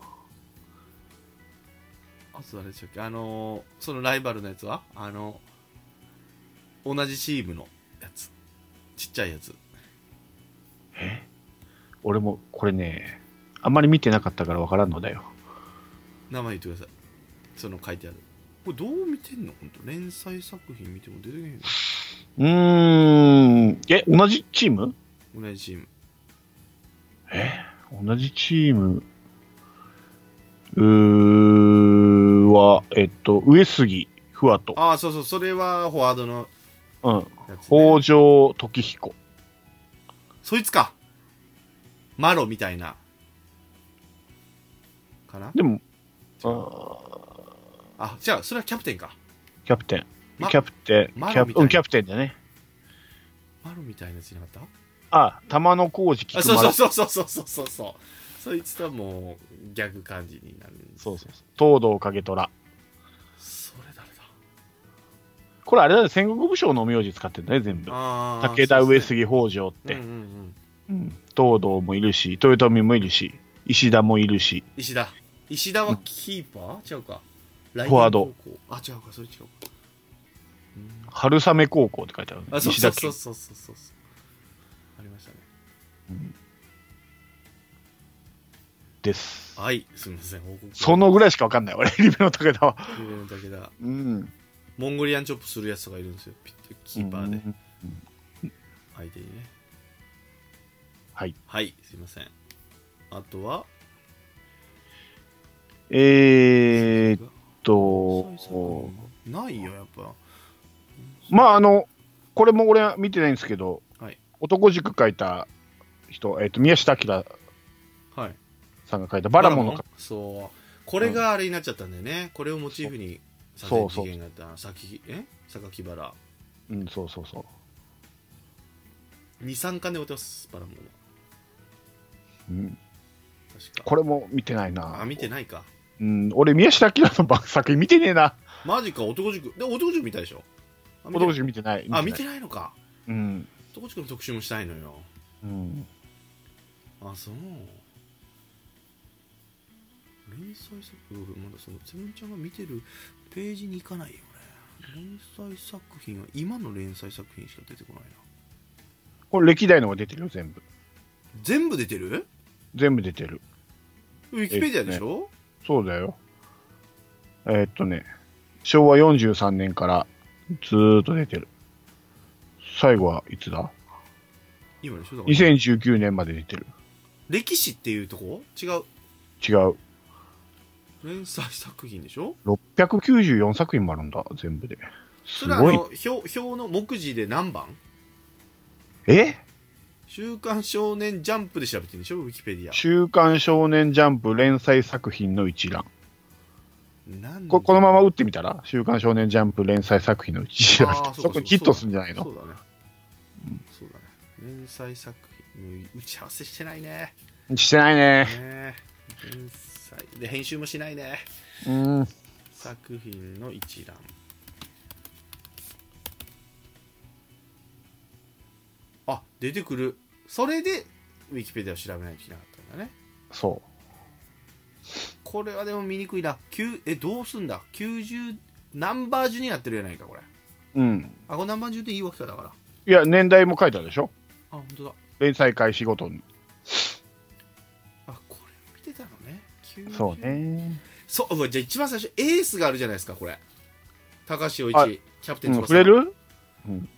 あとあれでしたっけあのーそのライバルのやつはあの同じチームのやつちっちゃいやつう俺もこれねあんまり見てなかったからわからんのだよ名前言ってくださいその書いてあるこれどう見てんの本当連載作品見ても出てけへんのうーんえ同じチーム同じチーム同じチームうーはえっと上杉不和と、ああそうそうそれはフォワードのうん、やつ、ね、北条時彦そいつかマロみたいなかなでもあーあじゃあそれはキャプテンかキャプテン、まキャプテン、マロキャプみたいなうんキャプテンだねマロみたいなやついなかったあ玉の浩二あ菊そう丸そうそうそうそうそうそうそうそうそいつとはもうギャグ感じになるそうそう東堂影虎それ誰だこれあれだね戦国武将の名字使ってんだね全部あー武田そう上ですね杉北条って、うんうんうんうん東堂もいるし豊臣もいるし石田もいるし石田石田はキーパー、違うかフォワードあ違うかそれ違うかうん春雨高校って書いてあるね、あそう石そ田うそ家うそうそうそうありましたねですはいすみません報告そのぐらいしかわかんない俺 リベの武田は有名なだけだうんモンゴリアンチョップするやつとかいるんですよピッてキーパーで相手にねはいはいすいませんあとはえー、っそういう作と品ないよやっぱまああのこれも俺は見てないんですけど、はい男塾書いた人、えー、と宮下明はいさんが書いたバラモンのバそうこれがあれになっちゃったんだよね、これをモチーフに殺そ人うそ事う件があった先え榊原うんそうそうそう23巻で終わってますバラモンはうん確かこれも見てないなあ見てないかうん、俺宮下明の作品見てねえなマジか男塾で男塾見たでしょあ見て男塾見てないあ見てないないのかうん、男塾の特集もしたいのようん、あそう連載作品まだそのつむちゃんが見てるページに行かないよ俺連載作品は今の連載作品しか出てこないなこれ歴代のが出てるよ全部全部出てる全部出てるウィキペディアでしょ、そうだよえーっとね昭和43年からずーっと出てる最後はいつだ今でしょだから2019年まで出てる歴史っていうとこ違う違う連載作品でしょ694作品もあるんだ全部でそすれはあごいの表表の目次で何番え「週刊少年ジャンプ」で調べてるんでしょウィキペディア週刊少年ジャンプ連載作品の一覧なんでここのまま打ってみたら「週刊少年ジャンプ」連載作品の一覧あーそこヒットするんじゃないのそうだね、そうだね連載作品もう打ち合わせしてないねしてないねね連載で編集もしないねうん作品の一覧あ出てくるそれでウィキペディアを調べないといけなかったんだねそこれはでも見にくいな9えどうすんだ90ナンバー順になってるやないかこれううんあこれナンバー順でいいわけかだからあいや年代も書いてあるでしょ本当だ連載開始ごとにあこれ見てたのね90そうねそううわじゃあ一番最初エースがあるじゃないですかこれ高橋陽あ一キャプテうンん翼触れる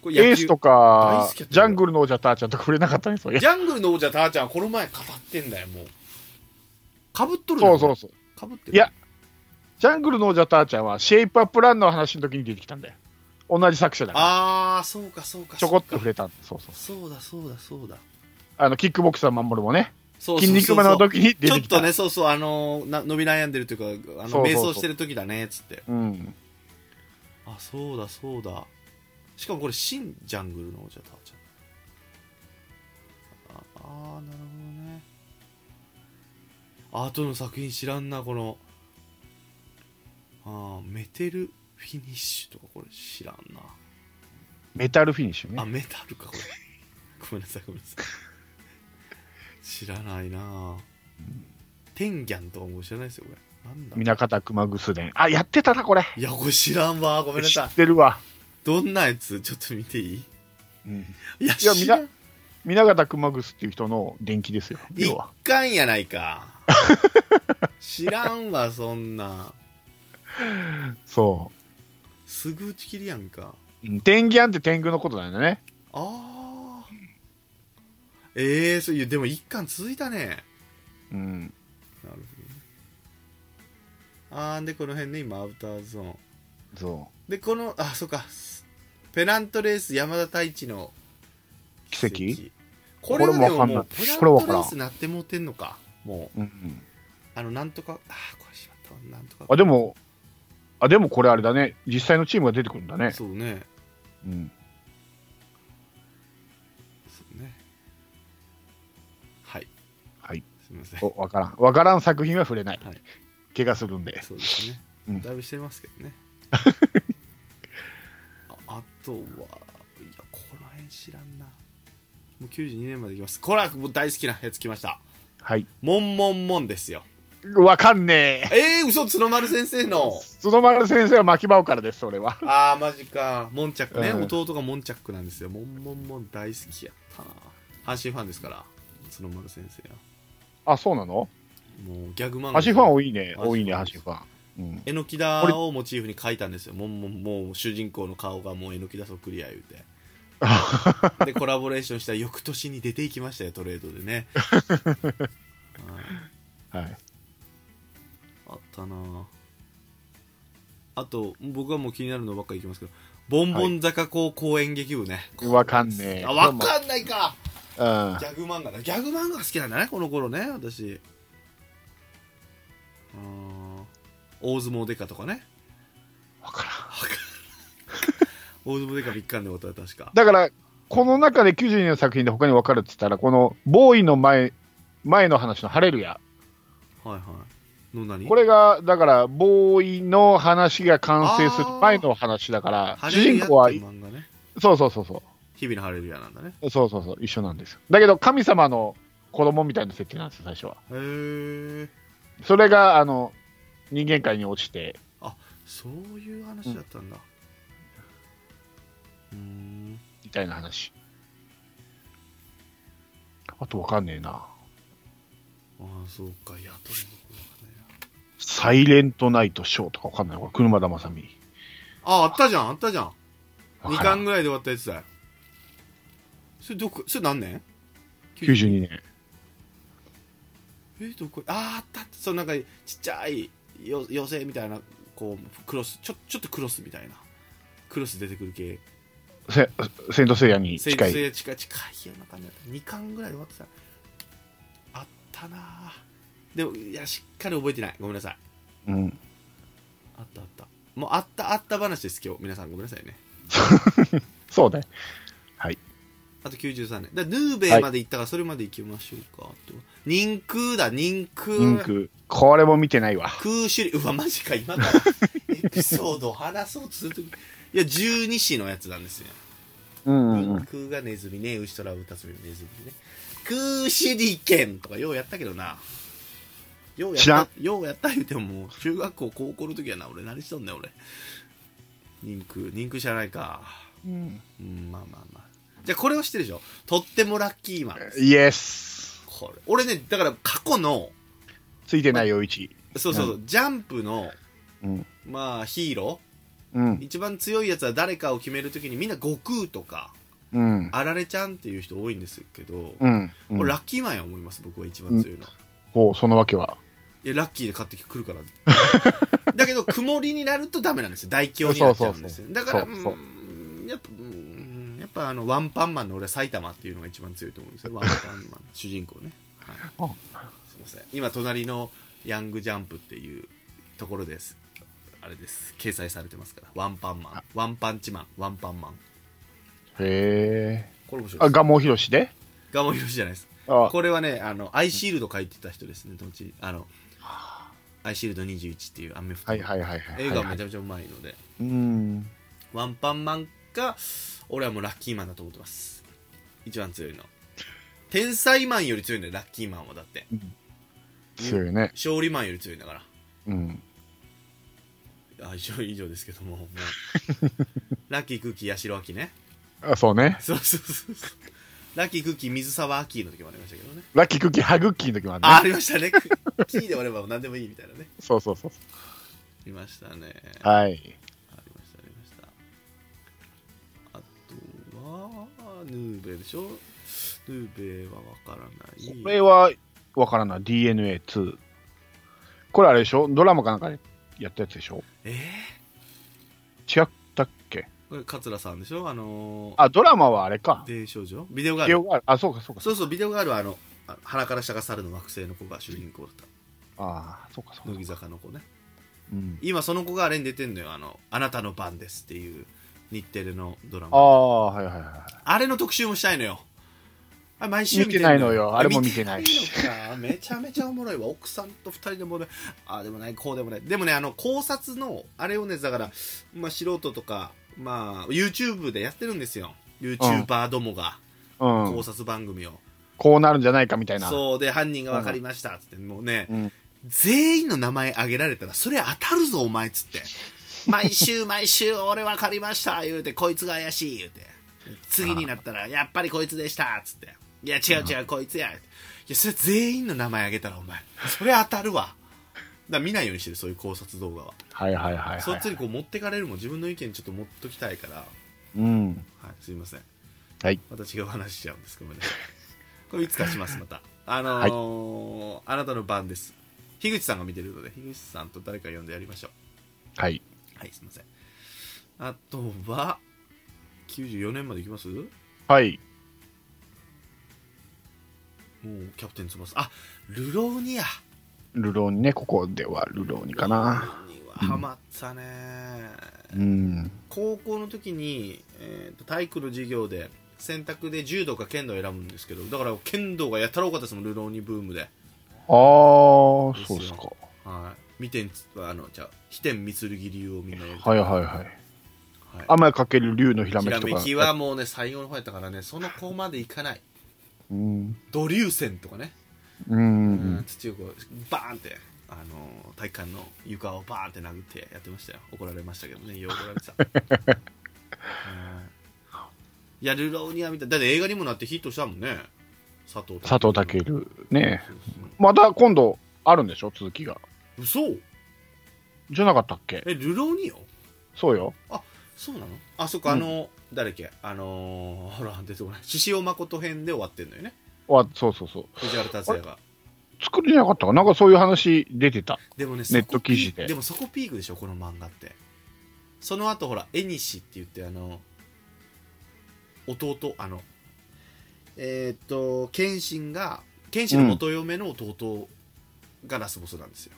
これ野球エースと大か好きだったジャングルの王者ターちゃんとか触れなかったねそういやジャングルの王者ターちゃんこの前語ってんだよもうかぶっとるそうそうそうかぶってるいやジャングルの王者ターちゃんはシェイプアップランの話の時に出てきたんだよ同じ作者だからああそうかそうかちょこっとそう触かれたそうそうそうだそうだそうだあのキックボクサー守るもねそうそうそうそう筋肉マンの時に出ちょてっきたとねそうそうあのーな伸び悩んでるというかあそのう瞑そうそう想してる時だねっつってうんあそうだそうだしかもこれ新ジャングルの王者ターちゃんああーなるほどねアートの作品知らんなこのああメテルフィニッシュとかこれ知らんなメタルフィニッシュあねメタルかこれ ごめんなさいごめんなさい知らないなぁテンギャンとかも知らないですよこれなんだ南方熊楠伝あやってたなこれいやこれ知らんわごめんな知さいってるわ、どんなやつちょっと見ていいうん、いやいや知らん南方熊楠っていう人の伝記ですよ一要は貫やないか知らんわそんなそすぐ打ち切りやんかううん天気案って天狗のことなんだねああええー、そういうでも一貫続いたねうんなるほどねあーでこの辺ね今アウターゾーンそでこのあそうかペナントレース山田太一のう奇跡これはでもこれもわかんもなういペナンこれトわレからんースなってもうてんのかもううんうん、あのなんとかあーこれしまったわなんとかあでもあでもこれあれだね実際のチームが出てくるんだね、そうねうん、そうねはいはいすみませんおわからんわからん作品は触れない、はい怪我するんでそうですね、うんだいぶしてますけどねああとはいやこの辺知らんなもう92年までいきますこれはもう大好きなやつ来ましたはいモンモンモンですよわかんねええー、嘘角丸先生の角丸先生は牧場からです俺はああマジかモンチャックね、うん弟がモンチャックなんですよモンモンモン大好きやったな阪神ファンですから角丸先生はあそうなのもうギャグ漫画橋ファン多いね橋多いね橋ファンうんえのきだをモチーフに描いたんですよもうもうもう主人公の顔がもうえのきだそっくりや言うてでコラボレーションした翌年に出ていきましたよトレードでねはいあったなぁあと僕はもう気になるのばっかりいきますけどボンボン坂高校演劇部ね、わかんねえあわかんないかうギんャグ漫画だギャグ漫画が好きなんだねこの頃ね私うーん大相撲デカとかねわからん大相撲デカ一巻で終わったよ確かだから、この中で92年の作品で他に分かるって言ったら、このボーイの前前の話のハレルヤ。はいはいの何これが、だから、ボーイの話が完成する前の話だから、ハ主レル人ヤって公は、漫画ねそうそうそうそ日々のハレルヤなんだねう、そうそうそう、一緒なんですよ。だけど、神様の子供みたいな設定なんですよ、最初は。へえそれが、あの、人間界に落ちて、そういう話だったんだうーんみたいな話。あとわかんねえな。ああそうかいやとにかくわかんないなサイレントナイトショーとかわかんない。これ、車田正美。ああったじゃんあったじゃんわ2からん巻ぐらいで終わったやつだよそれどこそれ何年92年。えどこあああったあったそのなんかちっちゃいよ妖精みたいなこうクロスちょちょっとクロスみたいなクロス出てくる系セセイントセイヤに近近い。い近い近いような感じだった2巻ぐらいで終わってたあったなあでもいやしっかり覚えてないごめんなさいうん。あったあったもうあったあった話です今日皆さんごめんなさいねそうね。あと93年だからヌーベイまで行ったからそれまで行きましょうか、あと人空だ人空インク。これも見てないわ。空手裏うわマジか今からエピソードを話そうとするときいや十二子のやつなんですよ、うんううんうん。空がネズミね牛とら歌すみネズミね空手裏剣とかようやったけどなようやっ知らたんようやった言うてももう中学校高校の時はな俺何しとんねん俺人空人空知らないかうんまあまあまあじゃあこれを知ってるでしょとってもラッキーマンですイエス。これ俺ねだから過去のついてないよ、一。そうそうそう、ジャンプのうん。まあヒーローうん。一番強いやつは誰かを決めるときにみんな悟空とかうん。あられちゃんっていう人多いんですけど、うん。これうんラッキーマンや思います僕は一番強いの、ほう、そのわけは。いやラッキーで買ってくるからだけど曇りになるとダメなんですよ大凶になっちゃうんですそうそうよだそうからそうそううんやっぱうんやっぱあのワンパンマンの俺は埼玉っていうのが一番強いと思うんですよワンパンマン主人公ね、はいすいません今隣のヤングジャンプっていうところですあれです掲載されてますからワンパンマンワンパンチマンワンパンマンへえ。これ面白いですあ、蒲生博士でガモヒロシじゃないです。あこれはね、あの、アイシールド書いてた人ですね、どっち、あの、アイシールド21っていうアメフトはいのはいはいはい。映画はめいちはいゃめちゃうまいので、うん。ワンパンマンか、俺はもうラッキーマンだと思ってます。一番強いの。天才マンより強いんだよ、ラッキーマンはだって。強いよね。勝利マンより強いんだから。うん。あ以上以上ですけど も、もうラッキー空気、八代亜紀ね。あ、そうね。そうそうそうそう。ラッキー空気、水沢亜紀の時もありましたけどね。ラッキークッキー、ハグッキーの時もあるあ、ね。ありましたね。キーで割れば何でもいいみたいなね。そうそうそう。いましたね。あはい。りましたありましたあとはヌーベでしょヌーベはわからないこれは、わからない。DNA2。これあれでしょドラマかなんかでやったやつでしょえー、違ったっけこれ桂さんでしょあのー、あ、ドラマはあれか。で少女ビデオガビーデルオがあるあ、そうかそうか。そうそうビデオガールはあのあ鼻から下が猿の惑星の子が主人公だっああ、そうかそたう乃か。木坂の子ねうん、今その子があれに出てんのよあの「あなたの番です」っていう日テレのドラあマあ、はいはいはあれの特集もしたいのよあれ毎週見てないのよあれも見てない見てないのかめちゃめちゃおもろいわ奥さんと二人でもねああでもないこうでもないでもねあの考察のあれをねだから、まあ、素人とか、まあ、YouTube でやってるんですよ YouTuber どもがい。う考ん。察番組を、こうなるんじゃないかみたいな。そうで犯人が分かりましたっつってもうね、うん全員の名前挙げられたらそれ当たるぞお前っつって 毎週毎週俺分かりました言うてこいつが怪しい言うて次になったらやっぱりこいつでしたっつっていや違う違うこいつやいやそれ全員の名前挙げたらお前それ当たるわだから見ないようにしてるそういう考察動画は、はいはいはい、はい。そっちにこう持ってかれるもん自分の意見ちょっと持っときたいから、はうん。い、すいませんはい。また違う話しちゃうんですごめんなさい これいつかしますまたあのーあなたの番です樋口さんが見てるので樋口さんと誰か呼んでやりましょはい。うはいすいませんあとは94年までいきますもうはい。キャプテン翼あルローニアルローニね、ここではルローニかな。ルローニはハマったね、うん。高校の時に、えーと体育の授業で選択で柔道か剣道を選ぶんですけどだから剣道がやたら多かったですもんルローニブームで、あー、そそうでうですすよか。はい、見てんあのじゃあ飛天御剣流をみんなやるはいはいはい。はい雨かける竜のひらひめきらとか。めきはもうね最後の方やったからねその子までいかないうん。ドリューセンとかね、うん。うん、土をこうバーンってあの体育館の床をバーンって殴ってやってましたよ怒られましたけどねよう怒られてたうん いやルローニアみたいだって映画にもなってヒットしたもんね佐藤佐藤健健。ねまた今度あるんでしょ続きが。嘘じゃなかったっけえルローニアそうよ。そうなのあそっかあの、誰っけあのー、ほ ら出てこない獅子王誠編で終わってんのよねわそうそうそう。藤原竜也が作るんじゃなかったかなんかそういう話出てた。でもねネット記事そこピーででもそこピークでしょこの漫画ってその後ほらえにしって言ってあの弟あのえーっと謙信が謙信の元嫁の弟がラスボスなんですよ、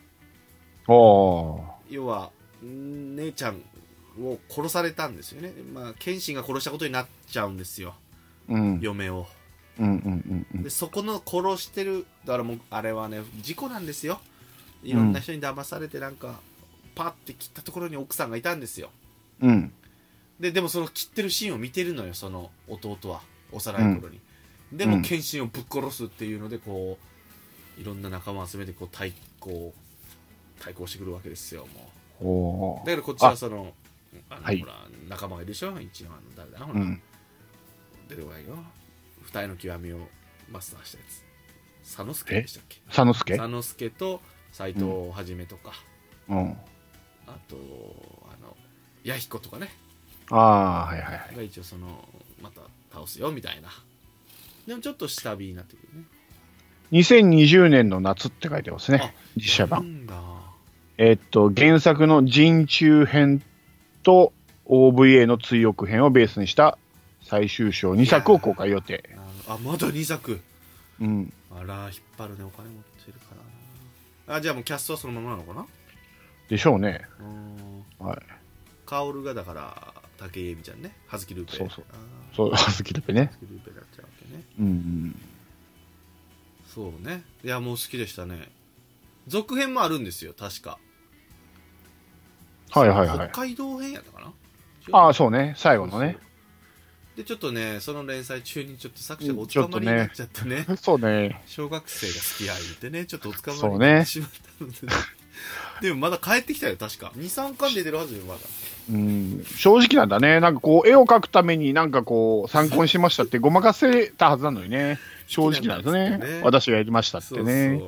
あー。要はん姉ちゃんを殺されたんですよねまあ謙信が殺したことになっちゃうんですようん。嫁をうんうんうんでそこの殺してるだからもうあれはね事故なんですよいろんな人に騙されてなんかパッて切ったところに奥さんがいたんですようん。うん。ででもその切ってるシーンを見てるのよその弟は幼い頃に、でもうん謙信をぶっ殺すっていうのでこういろんな仲間を集めてこう対抗対抗してくるわけですよもおうー。だからこっちはそのあの、はいほら仲間がいるでしょ一応あの誰だほうら、ん。出るわよ二重の極みをマスターしたやつ佐野助でしたっけ佐之助佐之助と斎藤はじめとか、うん。あとあの弥彦とかねああー、はいはいはい。が一応そのまた倒すよみたいなでもちょっと下火になってくるね2020年の夏って書いてますね。実写な版。んだえっと、原作の人中編と OVA の追憶編をベースにした最終章2作を公開予定。ああまだ2作うん。あら引っ張るねお金持ってるからなあじゃあもうキャストはそのままなのかなでしょうね。うーんはい。薫がだから武井絵美ちゃんね葉月ルーペそうそうあーそう、 ハスキルペね葉。月ルーペだっちゃうわけねうん。そうねいやもう好きでしたね続編もあるんですよ確かはいはいは北。い海道編やったかなああ、そうね。最後のね。でちょっとねその連載中にちょっと作者がおつかまりになっちゃってねそうね。 小学生が好きや言ってねちょっとおつかまりそうにねなってしまったので、ねでもまだ帰ってきたよ確か23巻出てるはずよまだうん。正直なんだね。なんかこう、絵を描くためになんかこう、参考にしましたってごまかせたはずなのにね。正直なんです好きなんですねね。私がやりましたってね。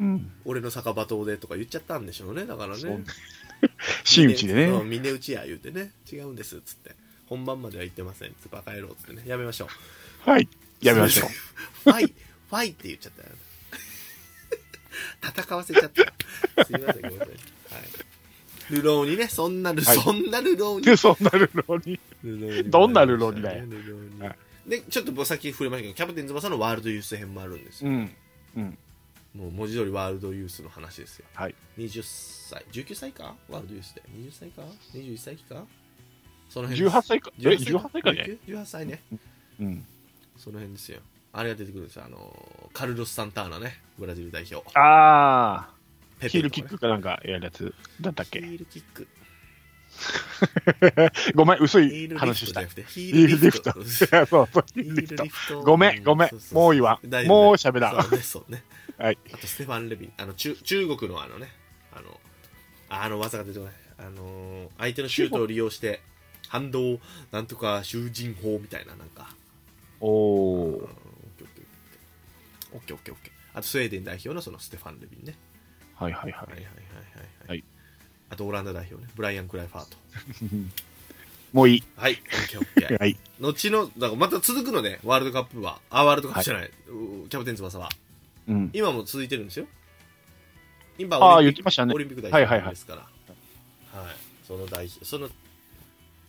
ううん。俺の酒場島でとか言っちゃったんでしょうねだから そうねね真打ちでうんね。峰打ちや言うてね違うんですっつって本番までは行ってませんっつってバカ野郎っつってねやめましょうはい。やめましょう。ファイ、ファイって言っちゃったよ。戦わせちゃった。すみません、ごめんなさい。はい。ルローにね、そんなル、はいそんなルローに。で、そんなルールに。ルローに どんなルローにだよルローにはいで、ちょっともうさっき触れましたけど、キャプテン翼のワールドユース編もあるんですよ。ん。うん。もう文字通りワールドユースの話ですよ。はい。 20歳、19歳かワールドユースで。20歳か ?21 歳かその辺です。 18歳か。え、 18 18歳かね。 19 ?18 歳ね。うん。その辺ですよ。あれが出てくるんですよ。あの、カルロス・サンターナね。ブラジル代表。ああ。ペヒペールとキかッねクかなんかやるやつだったっヒけ。ールキック。ごめん、薄ヒールいリ話フトじしゃたな。くて、ヒヒールリフフト。ト。 そうそう、ヒヒールリフト。トごめんごめんそそもういいわ大丈夫もう喋らんそうね、そうね。はい。あと、ステファン・レビン。あの、中中国のあのね、あの、ああの技が出てこない。あのー、相手のシュートを利用して、反動、なんとか囚人法みたいな、なんか。おうんオッお。ケーオッケーオッケーオッケーオッケー。あと、スウェーデン代表のそのステファン・レビンね。はいはいははいい。はいはいはい。はい、あと、オランダ代表ね。ブライアン・クライファート。もういい。はい、オッケーオッケー。はい。後の、だからまた続くのね、ワールドカップは。あ、ワールドカップじゃない、うキャプテン翼は。うん。今も続いてるんですよ。今ああオリン言っピてッましたク、ねオリンピック代はいはい表はいですから。はいその代表、その、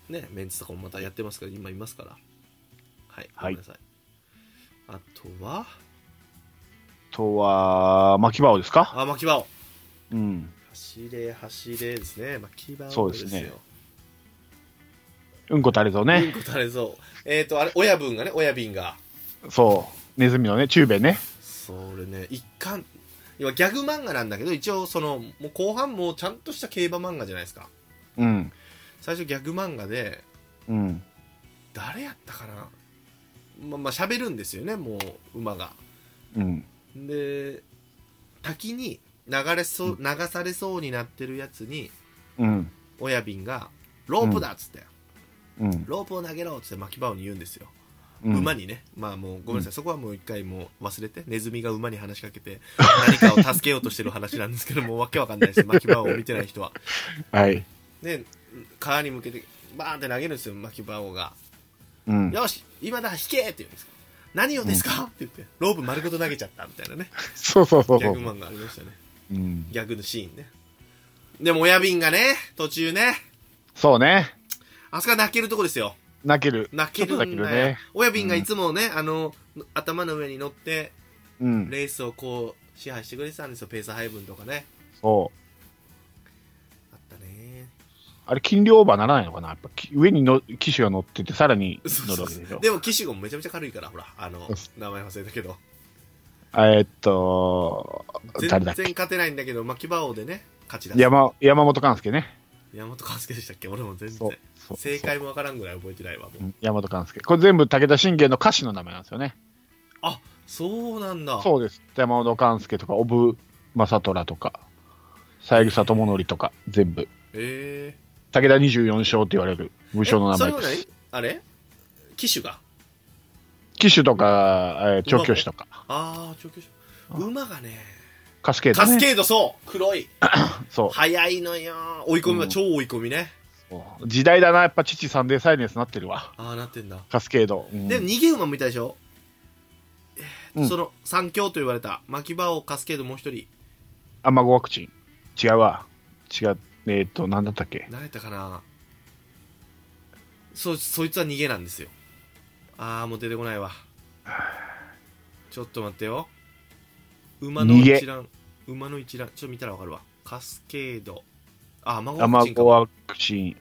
ね、メンツとかもまたやってますから、今いますから。はい、ごはめいんなさい。あとは、あとは、巻き場をですかあ、牧場を。うん。走れ、走れですね。牧場そをうでですよ。ねうんこたれぞうんね。こ垂れそう。えっ、と、あれ、親分がね、親瓶が。そう。ネズミのね、中米ね。それね、一巻、今ギャグ漫画なんだけど、一応その、もう後半もちゃんとした競馬漫画じゃないですか。うん。最初ギャグ漫画で、うん。誰やったかなまあまあ喋るんですよねもう馬がうん。で滝に流れそう流されそうになってるやつにうん。親瓶が「ロープだ!」っつって、うん。ロープを投げろ!」っつって巻き場に言うんですよ、うん馬にねまあもうごめんなさい、そこはもう一回もう忘れてネズミが馬に話しかけて何かを助けようとしてる話なんですけどもうわけわかんないです巻き場を見てない人ははい。で川に向けてバーンって投げるんですよ巻き場がうん。よし今だ引けって言うんです何をですか、って言ってロープ丸ごと投げちゃったみたいなねそうそうそうギそャグう。漫画ありましたねうん。ギャグのシーンねでも親瓶がね途中ねそうね。あそこは泣けるとこですよ泣ける。泣けるんだよちょっと泣けるね親瓶がいつもね、あの頭の上に乗ってうん。レースをこう支配してくれてたんですよペース配分とかねそう。あったねあれ、金量オーバーならないのかなやっぱ、き上にの機種が乗ってて、さらにそ乗うるそうわけでしそうょ。でも騎士号もめちゃめちゃ軽いからほらあのそうそ名前忘れたけどえーっと、全誰然だっけ勝てないんだけど巻き場王でね勝ちだ山山本勘介ね。山本勘介でしたっけ俺も全そう然。そう正解もわからんぐらい覚えてないわもう、うん山本勘介。これ全部武田信玄の歌詞の名前なんですよね。あそうなんだそうです。山本勘介とか、小布正虎とか、三枝智則とか、全部。ええ武田24勝って言われる武ー、将の名えそ前れはで何す。あれ騎手が騎手とか、えー調教師とか、ああ調教師馬がねカスケード、カスね。ケードそう黒いそう速いのよ追い込みはうん超追い込みね、そう時代だな、やっぱ父サンデーサイレンスなってるわ。ああなってんだ、カスケード。うんでも逃げ馬もいたでしょ、えーうんその三強と言われた牧場王カスケードもう一人あんまごワクチン。違うわ。違う。えーっと、なんだったっけ。誰やったかなそそいつは逃げなんですよああもう出てこないわちょっと待ってよ馬の逃げ一覧馬の一覧ちょっと見たらわかるわカスケードあーマゴアワクマチンかゴもワクチン、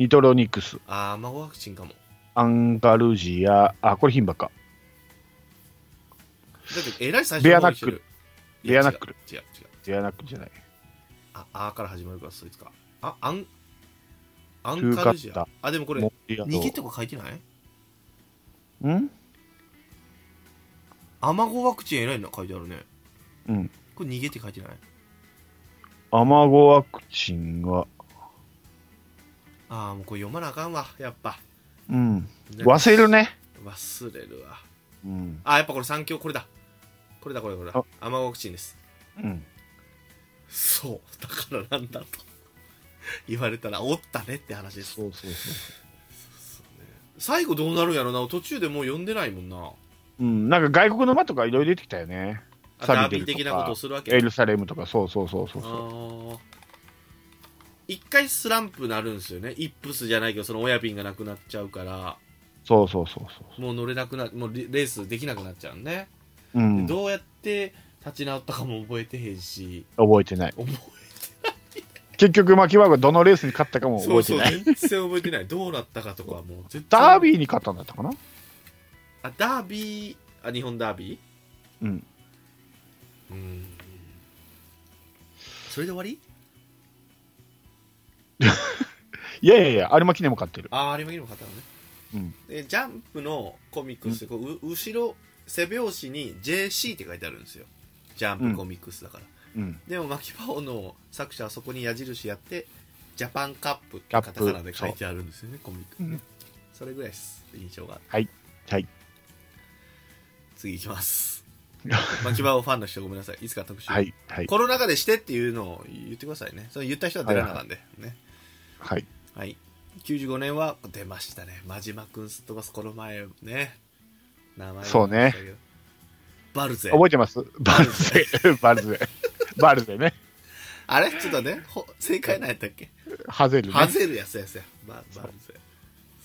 ニトロニクス、あーマゴワクチンかもだアンガルジア、あ、これ牝馬か。ってえらい最初の方に来てるベアナックルいや違う違う違うじゃなくじゃない。ああーから始まるからそいつかあアンアトゥンーカルジカッアあでもこれモリアド逃げとか書いてないうんアマゴワクチンえらいな書いてあるねうん。これ逃げって書いてないアマゴワクチンは、ああもうこれ読まなあかんわやっぱうん。忘れるね。忘れるわうん。あーやっぱこれ三強これだこれだこれこれだあアマゴワクチンですうん。そうだからなんだと言われたらおったねって話ですそうそうそう。最後どうなるんやろな途中でもう読んでないもんなうん、なんか外国の馬とかいろいろ出てきたよね。あサダービビデー的ルとなことかをするわけエルサレムとか、そうそうそうそうあそう。ー一回スランプなるんですよねイップスじゃないけどその親瓶がなくなっちゃうからそうそうそうそもう乗れなくなもうレレースできなくなっちゃうね、う。うん、どうやって立ち直ったかも覚えてへんし覚えてない。覚え結局、マキバーグどのレースに勝ったかもそ覚うえてそうない。全然覚えてないどうなったかとかはもう絶対ダービーに勝ったんだったかなあダービーあ日本ダービうん。ーうんそれで終わりいやいやいや、有馬記念も勝ってる。ああ有馬記念も勝ったのねうん。でジャンプのコミックスでこう、う後ろ背表紙に JC って書いてあるんですよジャンプコミックスだから、うん。でも牧場の作者はそこに矢印やってジャパンカップってカカップタカナで書いてあるんですよねコミック、うんそれぐらいです印象があるはい。次いき ます牧場ファンの人ごめんなさいいつか特集はい。はい。コロナ禍でしてっていうのを言ってくださいね。それ言った人は出らななんで、ね。はい。はい。95年は出ましたね。真島くんすっ飛ばす、この前ね。名前そうね忘れましたけど。バルゼ。覚えてますバルゼ。バルゼ。バルゼね。あれちょっとね、ほ正解なんやったっけハゼルね。ハゼルやすやすや。ババルゼ。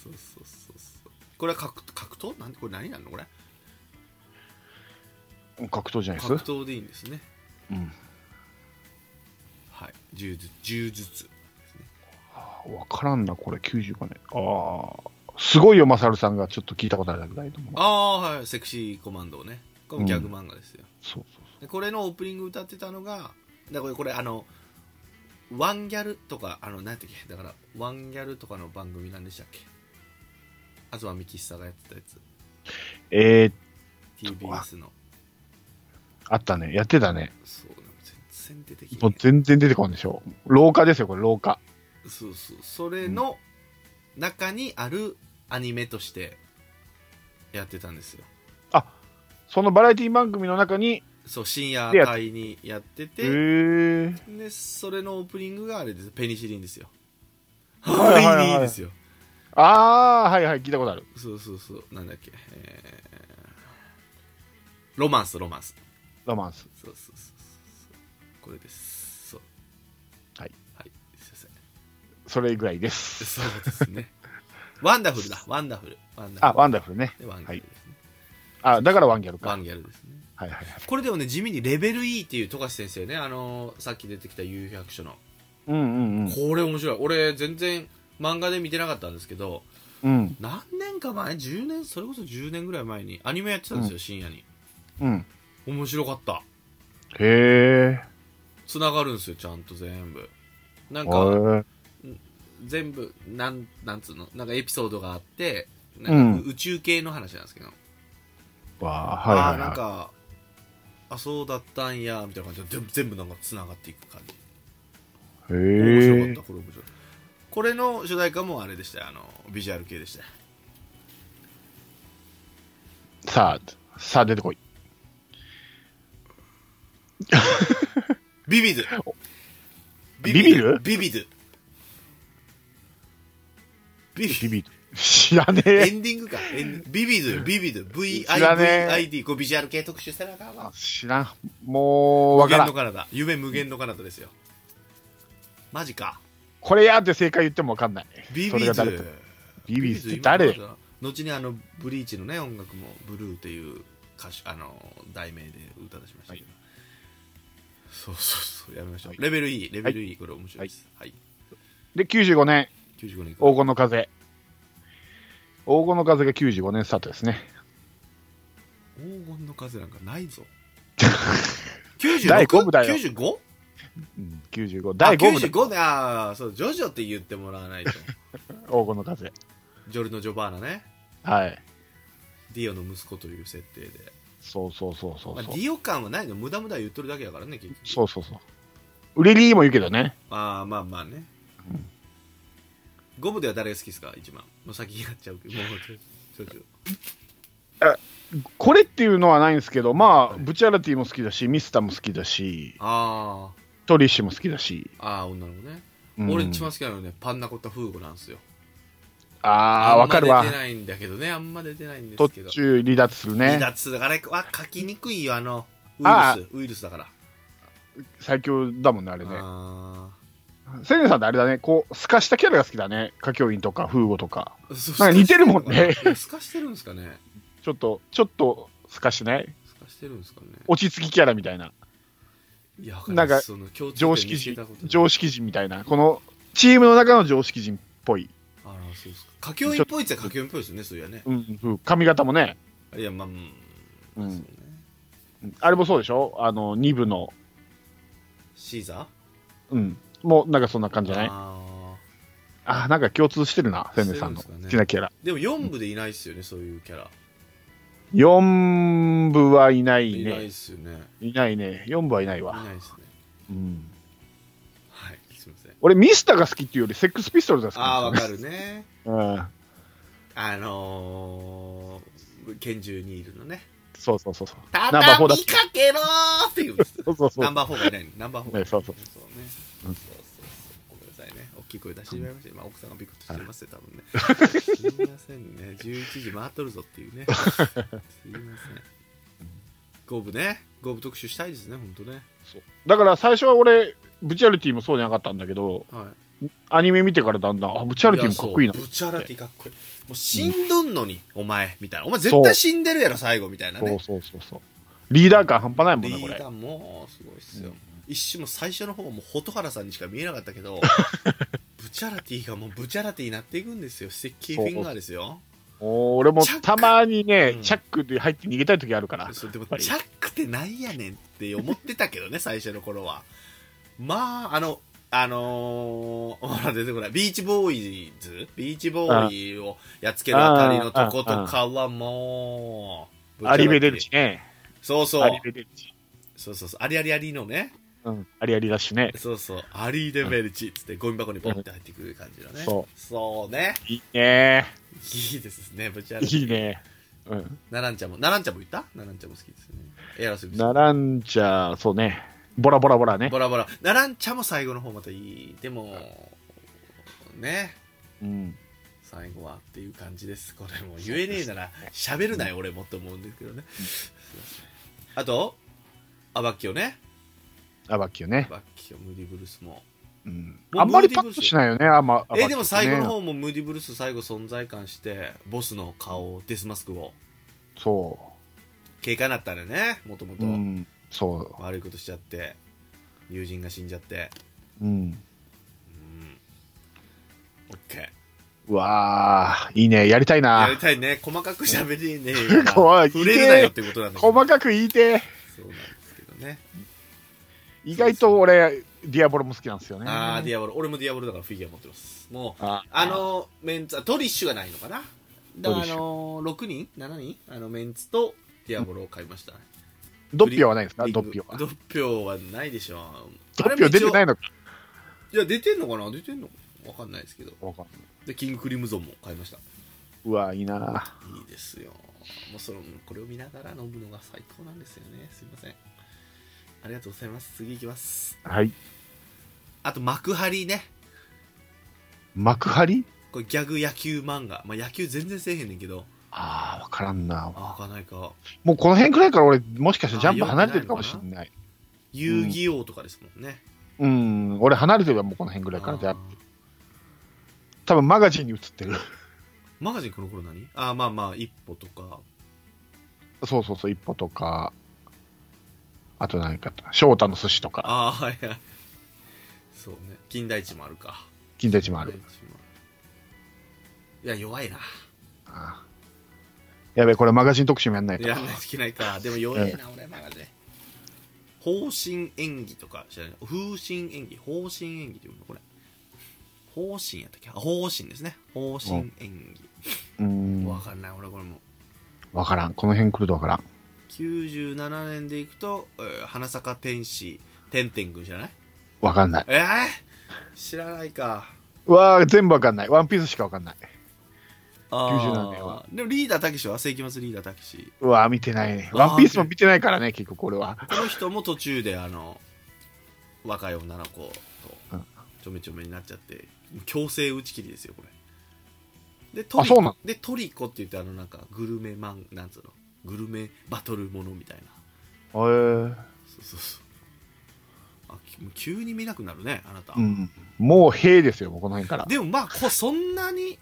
そうそうそうそう。これは格格闘なんこれ何なのこれ格闘じゃないで格す闘でいいんですね。うん。はい。柔術。柔術。わからんな、これ、90かね。ああ、すごいよ、マサルさんがちょっと聞いたことあるぐらいの。ああはいセクシーコマンドをねこれもギャグ漫画ですよ、そうそうでこれのオープニング歌ってたのがだからこれこれあのワンギャルとかあの何やったっけだからワンギャルとかの番組なんでしたっけ東幹久がやってたやつそう。えー、 TBS のあったね。やってたね。そうなんか全然出てきてもう全然出てこないでしょ。廊下ですよ、これ、廊下。そうそうそれの中にあるアニメとしてやってたんですよそのバラエティ番組の中に、そう深夜帯にやってえてー、でそれのオープニングがあれですペニシリンですよはいはいはいはいいいですよああ、はいはい、聞いたことある。そうそうそうなんだっけ、えーロマンスロマンスロマンス。そうそうそうそうこれですそうはいはいすいませんそれぐらいです。そうです ねワンダフルだワンダフルワンダフルあ、ワンダフルね。でワンギャルですね、あ、だからワンギャルか。ワはいンギャルですねはいはい。これでもね地味にレベル E っていう富樫先生ねあのーさっき出てきた有百書の、うんうんうん。これ面白い俺全然漫画で見てなかったんですけどうん何年か前10年それこそ10年ぐらい前にアニメやってたんですよ、うん深夜にうん。面白かったへえ。つながるんですよちゃんと全部なんかー。全部なんなんつうのなんかエピソードがあってなうんんか宇宙系の話なんですけど、わああ、はいあーはなんいはかあそうだったんやみたいな感じで全部全部なんかつながっていく感じい。面白かっへえた。これ面白いこれの主題歌もあれでしたよあのビジュアル系でしたよさあ、さあ出てこい。ビビドビビるビビドビビビドビる。知らねエえ。ンディングかエンディングビビドビビド知らね VIVID こうビジュアル系特集したらあかんわ知らん。もう、わ無限からのん。彼方夢無限の彼方ですよマジかこれやって正解言ってもわかんない。ビそビれドが誰かビビるって今誰後にあのブリーチのね音楽もブルーっていう歌手あの題名で歌出しましたけど、そうそうそうやめましょう、はいレベル E レベル E、これ面白いですはい、で、95年、 95年黄金の風。黄金の風が95年スタートですね。黄金の風なんかない ぞ第五部だよ 96?95? うん、95。第5部で95ねああそうジョジョって言ってもらわないと黄金の風。ジョルノ・ジョバーナねはい。ディオの息子という設定で、そうそうそうそうまあ、そデう。ィオ感はないの無駄無駄言っとるだけだからね結局そうそうそう。売れりも言うけどね。ああまあまあね、ゴムでは誰が好きですか一番もう先にやっちゃうけどもうちょちょちょこれっていうのはないんですけど、まあ、はいブチャラティも好きだし、ミスターも好きだし、あートリッシュも好きだし。あー女の子ね、うん俺一番好きなのはねパンナコッタフーゴなんですよあんあ、まわかるわ出て。ないんだけどねあんま出てないんで途すけど中離脱する離ね。脱あれは書きにくいよあのウあイルスウイルスだから最強だもんね、あれね。あセレンさんってあれだね、こう、透かしたキャラが好きだね。歌教員とか、風悟とか。あなんか似てるもんね透かしてるんですかねちょっと、ちょっと透かしない透かしてるんですかね落ち着きキャラみたいな。いやなんかその共通点常識見つけ人たことない。常識人みたいな。この、チームの中の常識人っぽい。あらそうですか書き音っぽいっちゃ書き音っぽいですよねそういやねうん、風髪型もね。いやまあうんうんそうねあれもそうでしょあの、2部の。シーザーうん。もう、なんかそんな感じじゃないああーなんか共通してるな、セレンさんのして好るんですかねきなキャラ。ーでも4部でいないっすよねそういうキャラ4部はいないいないねっ。すよねいないね。4部はいないいわ。ないっすねうん。はい すいません俺、ミスターが好きっていうより、セックスピストルズが好きああなわんでかるねすよ。うん。あのー、拳銃にいるのねそうそうそうそう。 「たナンバーた4だみかけろ!」っていうそうそうそうナン。バー4がいないナンバー4がいないねそうそうそうねうんそうそうそうごめんなさいね大きい声出してしまいました今奥さんがビクッとしてますよ多分ねすいません ね11時回っとるぞっていうねすいません五部ね五部特集したいですね本当ねだから最初は俺、ブチャリティもそうじゃなかったんだけど、はいアニメ見てからだんだん、あ、ブチャリティもかっこいいなや。そうブチャラティかっこいい。もう死んどんのに、お前、みたいな。お前絶対死んでるやろ、最後、みたいなそうね。そうそうそう。リーダー感半端ないもんリね、こーれダ。ーもうすごいっすよ。一瞬もう最初の方はもう蛍原さんにしか見えなかったけ どブチャラティがもうブチャラティになっていくんですよスティッキーフィンガーですよお俺もチャックたまにね、うんチャックで入って逃げたい時あるから。そうでもぱりチャックってなんやねんって思ってたけどね最初の頃はまああのあのー、ほら出てこないビーチボーイズビーチボーイをやっつけるあたりのとことかはもうアリベデルるチね。そうそアうリベデルチ。そうそうそうありありありのねうん。ありありだしね。そうそうアリーデベルチっつってゴミ箱にポンって入ってくる感じのねそうそうねいいね。いいですねブチャラいいね。うん。ナランちゃんもナランちゃんも言ったナランちゃんも好きですよねエアロスミスナランチャー、そうね。ボラボラボラね。ボラボラ。ナランチャも最後の方またいい。でも、ね、うん。最後はっていう感じです。これもう言えねえなら喋るなよ、俺もって思うんですけどね。すいませんあと、アバッキオね。アバキュアね。バッキオ、ムーディブルースも。うん。もうあんまりパッとしないよね、あま。アバキュえ、ねでも最後の。方もムーディブルース最後存在感して、ボスの顔、デスマスクを。そ警戒なったらね、もともう。とうん。そ悪いことしちゃって、友人が死んじゃって。う。うん。うん。オッケー。うわあ、いいね。やりたいやなり。たいね。細かく喋りねえ よな怖い触れるなよってことなんだけど。細かく言いて。そうなんですけどね。意外と俺、ディアボロも好きなんですよね。ああ、ディアボロ。俺もディアボロだからフィギュア持ってます。もう、ああ、の、メンツ、あトリッシュがないのかなだからトリッシュあの、6人 ?7 人あの、メンツとディアボロを買いましたね。ドッピョはないですかリンドグッピョは。ドッピョはないでしょ。ドッピョ出てないいのか。いや、出てんのかな出てんのわかんないですけど。わかんないで、キングクリムゾンも買いました。うわ、いいな。いいですよ。もうそのこれを見ながら飲むのが最高なんですよね。すいません。ありがとうございます。次行きます。はい。あと、幕張ね。幕張これギャグ野球漫画。まあ、野球全然せえへんねんけど。ああ、わからんな。あ、わかんないか。もうこの辺くらいから俺、もしかしてジャンプ離れてるかもしれない。遊戯王とかですもんね。うん、俺離れてればもうこの辺ぐらいから、じゃあーあ、多分マガジンに映ってる。 マガジンこの頃何あー、まあまあ、一歩とか。そうそうそう、一歩とか、あと何かあったな、翔太の寿司とか、ああ、はいはい。そうね。金田一もあるか。金田一もあ金る。田一もあるいや、弱いな。あーやべえ、これマガジン特集もやんないと。やんないといけないか。でも弱えな、俺、マガジン。方針演技とか知らない。風神演技、方針演技っていうのこれ。方針やったっけあ方針ですね。方針演う技。ん、わわかんない、俺、これもう。からん。この辺来るとわからん。 97年でいくと、えー花坂天使、天天君知らないわかんない。えー、知らないか。うわー、全部わかんない。ワンピースしかわかんない。あー97年は。でもリーダーたけしは世紀末リーダーたけし。うわー、見てないね。ワンピースも見てないからね、結局俺は。この人も途中であの若い女の子うとちんょめちょめになっちゃって強制打ち切りですよこれでトあ、リそうなのでトリコって言ってあのなんかグルメマンなんつうのグルメバトルものみたいなへーそうそうそうあきもう急に見なくなるねあなた、うん。もう兵ですよ、もうこの辺から。でもまあこそんなに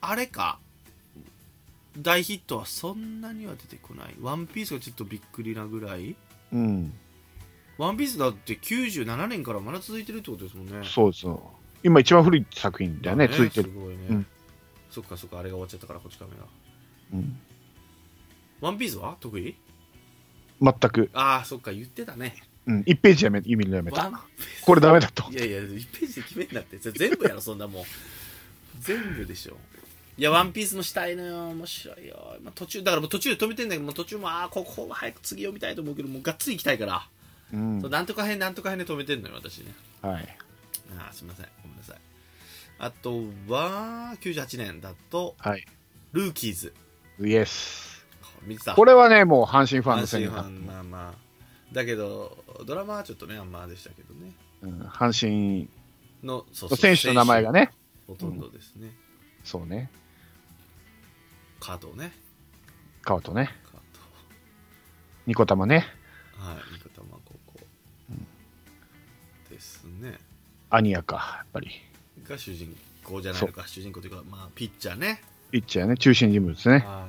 あれか大ヒットはそんなには出てこない「ワンピースがちょっとびっくりなぐらいうん。 「ワンピースだって97年からまだ続いてるってことですもんねそうそう。今一番古い作品だよね、続いてる。すごいね、うんそっかそっかあれが終わっちゃったからこっちカメラうん。ワンピースは得意全く。ああそっか言ってたねうん。1ページやめ、意味のやめワたン。これダメだと。いやいや1ページで決めんなってそれ全部やろそんなもん全部でしょいやワンピースもしたいのよ面白いよ、まあ、途中だからもう途中で止めてんだけどもう途中もああここは早く次読みたいと思うけどもうがっつり行きたいから、うんそう。なんとか編なんとか編で止めてんのよ私ねはい。ああすいませんごめんなさいあとは98年だとはい。ルーキーズイエス。見てたこれはね、もう阪神ファンの阪神戦ファ略。ンまあまあだけどドラマはちょっとねあんまでしたけどねうん阪のそうそ神のう選手の名前がね。ほとんどですね、そうね。加藤ね川とね。加ニコ玉ね。藤はい三方真高校、ですねアニアか、やっぱり。が主人公じゃないのか主人公というかまあピッチャーねピッチャーね、中心人物ね。は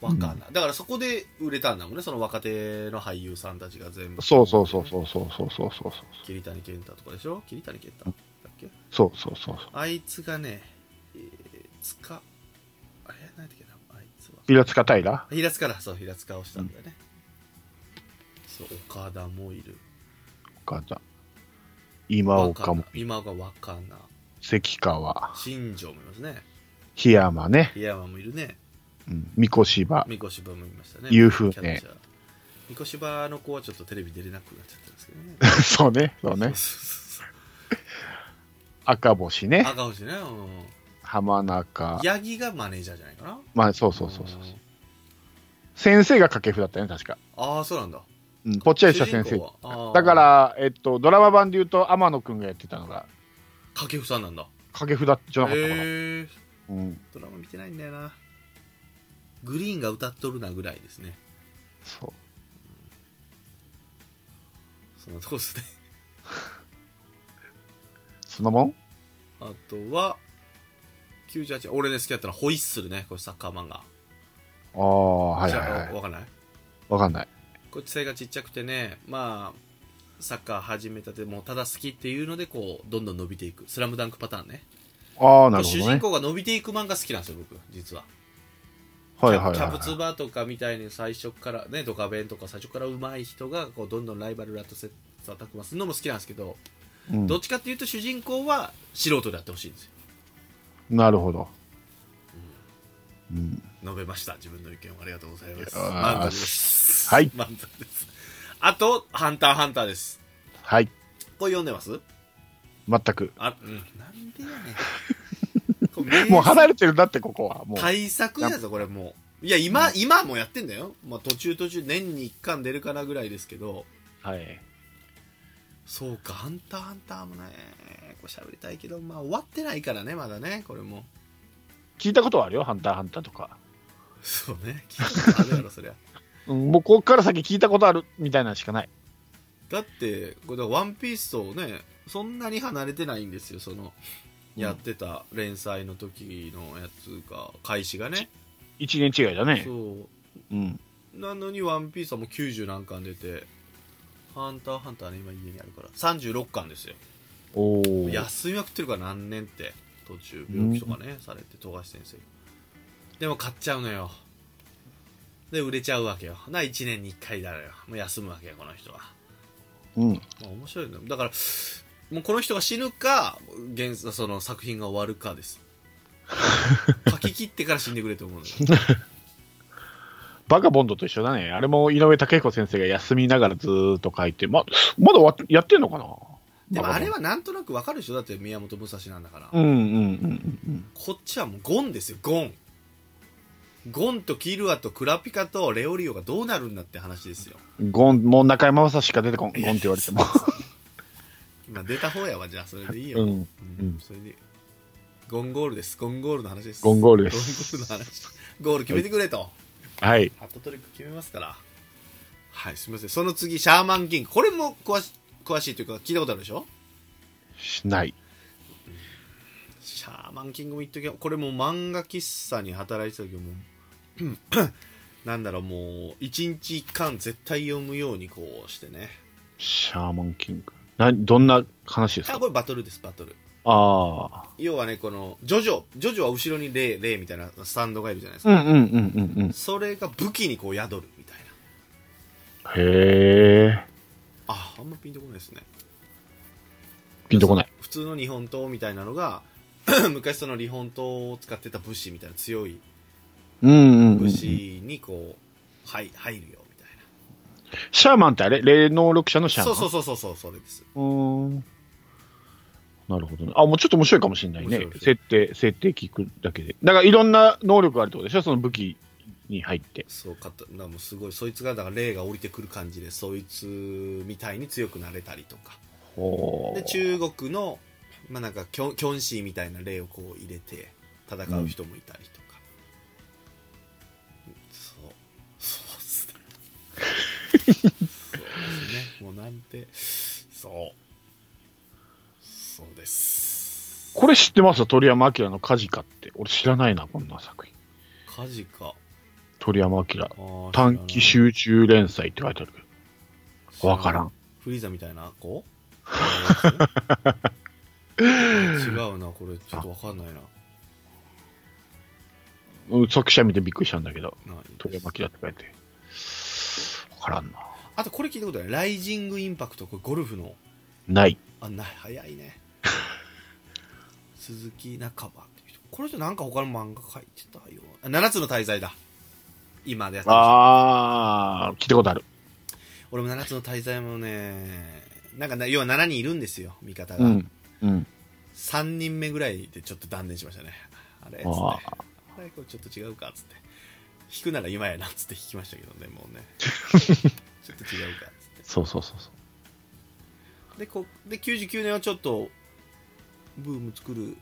わかんない、だからそこで売れたんだもんねその若手の俳優さんたちが全部そうそうそうそうそうそうそうそう桐谷健太とかでしょ桐谷健太だっけそうそうそうあいつがね、えー、塚あれ何だっけなあいつは平塚平平塚だそう平塚をしたんだよね、そう岡田もいる岡田今岡も若菜今が若菜関川新庄もいますね檜山ね、檜山もいるねうん、三越芝三越芝もいましたねいうふうねキャッチャー三越芝の子はちょっとテレビ出れなくなっちゃったんですけどね そうねそうねそう赤星ね赤星ね、浜うん中、八木がマネージャーじゃないかなまあそうそうそうそう、ん先生が掛布だったよね確か、ああそうなんだうん、ぽっちゃりした先主生人公はあーだから、えっと、ドラマ版で言うと天野くんがやってたのが掛布さんなんだ掛布だじゃなかったかな、へえうん、ドラマ見てないんだよなグリーンが歌っとるなぐらいですねそうそんなとこですねそのもん あとは98俺ね好きだったのはホイッスルねこれサッカー漫画ああはいじはいゃはあいわかんないわかんないこっち背がちっちゃくてねまあサッカー始めたてもうただ好きっていうのでこうどんどん伸びていくスラムダンクパターンねああなるほ主ど人ね公が伸びていく漫画好きなんですよ僕実ははいはいキャキャはプツバとかみたいに最初からねドカベンとか最初から上手い人がこうどんどんライバルらと切磋琢磨するのも好きなんですけど、い、うんどっちかっていうと主人公は素人であってほしいんですよなるほど、うん、述べました自分の意見をありがとうございますよ満足ーしですはい満足ですあと「ハンターハンター」ですはいこれ読んでます全くあうんなんでやねんこれ もう離れてるんだってここはもう対策やぞこれもういや今今もやってんだよ、まあ、途中途中年に1巻出るかなぐらいですけどはいそうか、ハンターハンターもね、こう喋りたいけど、まあ終わってないからね、まだね、これも。聞いたことはあるよ「ハンターハンター」とか、そうね、聞いたことあるや ろ、そりゃ。うん、もうここから先聞いたことあるみたいなのしかないだって、これ、ワンピースとね、そんなに離れてないんですよ、その、うんやってた連載の時のやつが、開始がね。一年違いだねそうんう。なのに、ワンピースはもう90何巻出て、ハンターハンターね、今家にあるから、36巻ですよ。おお休みまくってるから、何年って、途中、病気とかね、されて、富樫先生。でも買っちゃうのよ。で、売れちゃうわけよ。な、1年に1回だよ。もう休むわけよ、この人は。うんまあ、面白いね。だから、もうこの人が死ぬか、現その作品が終わるかです。書き切ってから死んでくれと思うのよ。バカボンドと一緒だね。あれも井上武彦先生が休みながらずーっと書いて、ま、まだわやってんのかなでもバカボンあれはなんとなくわかるでしょだって宮本武蔵なんだから。うんうんうんうんこっちはもうゴンですよ、ゴン。ゴンとキルアとクラピカとレオリオがどうなるんだって話ですよ。うん。ゴン、もう中山正しか出てこん、ゴンって言われても。 今出た方やわじゃあそれでいいよ、ううんん。うんそれでゴンゴールですゴンゴールの話ですゴンゴールですゴンゴールの話ゴール決めてくれと、はい。ハットトリック決めますからはいすみませんその次シャーマンキングこれも詳し詳しいというか聞いたことあるでしょしない。シャーマンキングも言っときゃこれもう漫画喫茶に働いてた時もうんなんだろうもう一日一巻絶対読むようにこうしてねシャーマンキング。などんな話ですあかこれバトルですバトルああ。要はねこのジョジョジョジョは後ろにレイレイみたいなスタンドがいるじゃないですかうんうんうんうんうん。それが武器にこう宿るみたいなへえ。ああんまピンとこないですねピンとこない。普通の日本刀みたいなのが昔その日本刀を使ってた武士みたいな強いうんうん、うん。武シ士にこう、はい、入るよみたいャーマンってあれ霊能力者のシャなーそマうンそうそうそうそうそれですうーん。なるほどね。あ、もうちょっと面白いかもしれない面ね白い。です設定、設定聞くだけで。だからいろんな能力があるってことでしょその武器に入って。そうかとなもうすごいそいつがだから霊が降りてくる感じでそいつみたいに強くなれたりとかほで中国のまあなんかキョンキョンシーみたいな霊をこう入れて戦う人もいたりとか、そうそうっすねそうですねもうなんてそうそうですこれ知ってます鳥山明のカジカって。俺知らないな、こんな作品。火事か鳥山明。あー短期集中連載って書いてあるけ知ど。らなわいからん。フリーザみたいな子違うなこれちょっとわかんないなうん作者見てびっくりしたんだけど。ない鳥山明って書いて。わからんな。あとこれ聞いたことないライジングインパクトこれゴルフのない。あない早い ね鈴木中葉っていう人この人なんか他の漫画書いてたよあ7つの大罪だ今でやってましたあー、聞いたことある。俺も7つの大罪もねなんかな要は7人いるんですよ味方が、うん。うん。 3人目ぐらいでちょっと断念しましたねあれっつってああれこれちょっと違うかっつって弾くなら今やなっつって弾きましたけどねもう ねちょっと違うかっつってそうそうそうそう。でこで99年はちょっとブーム作る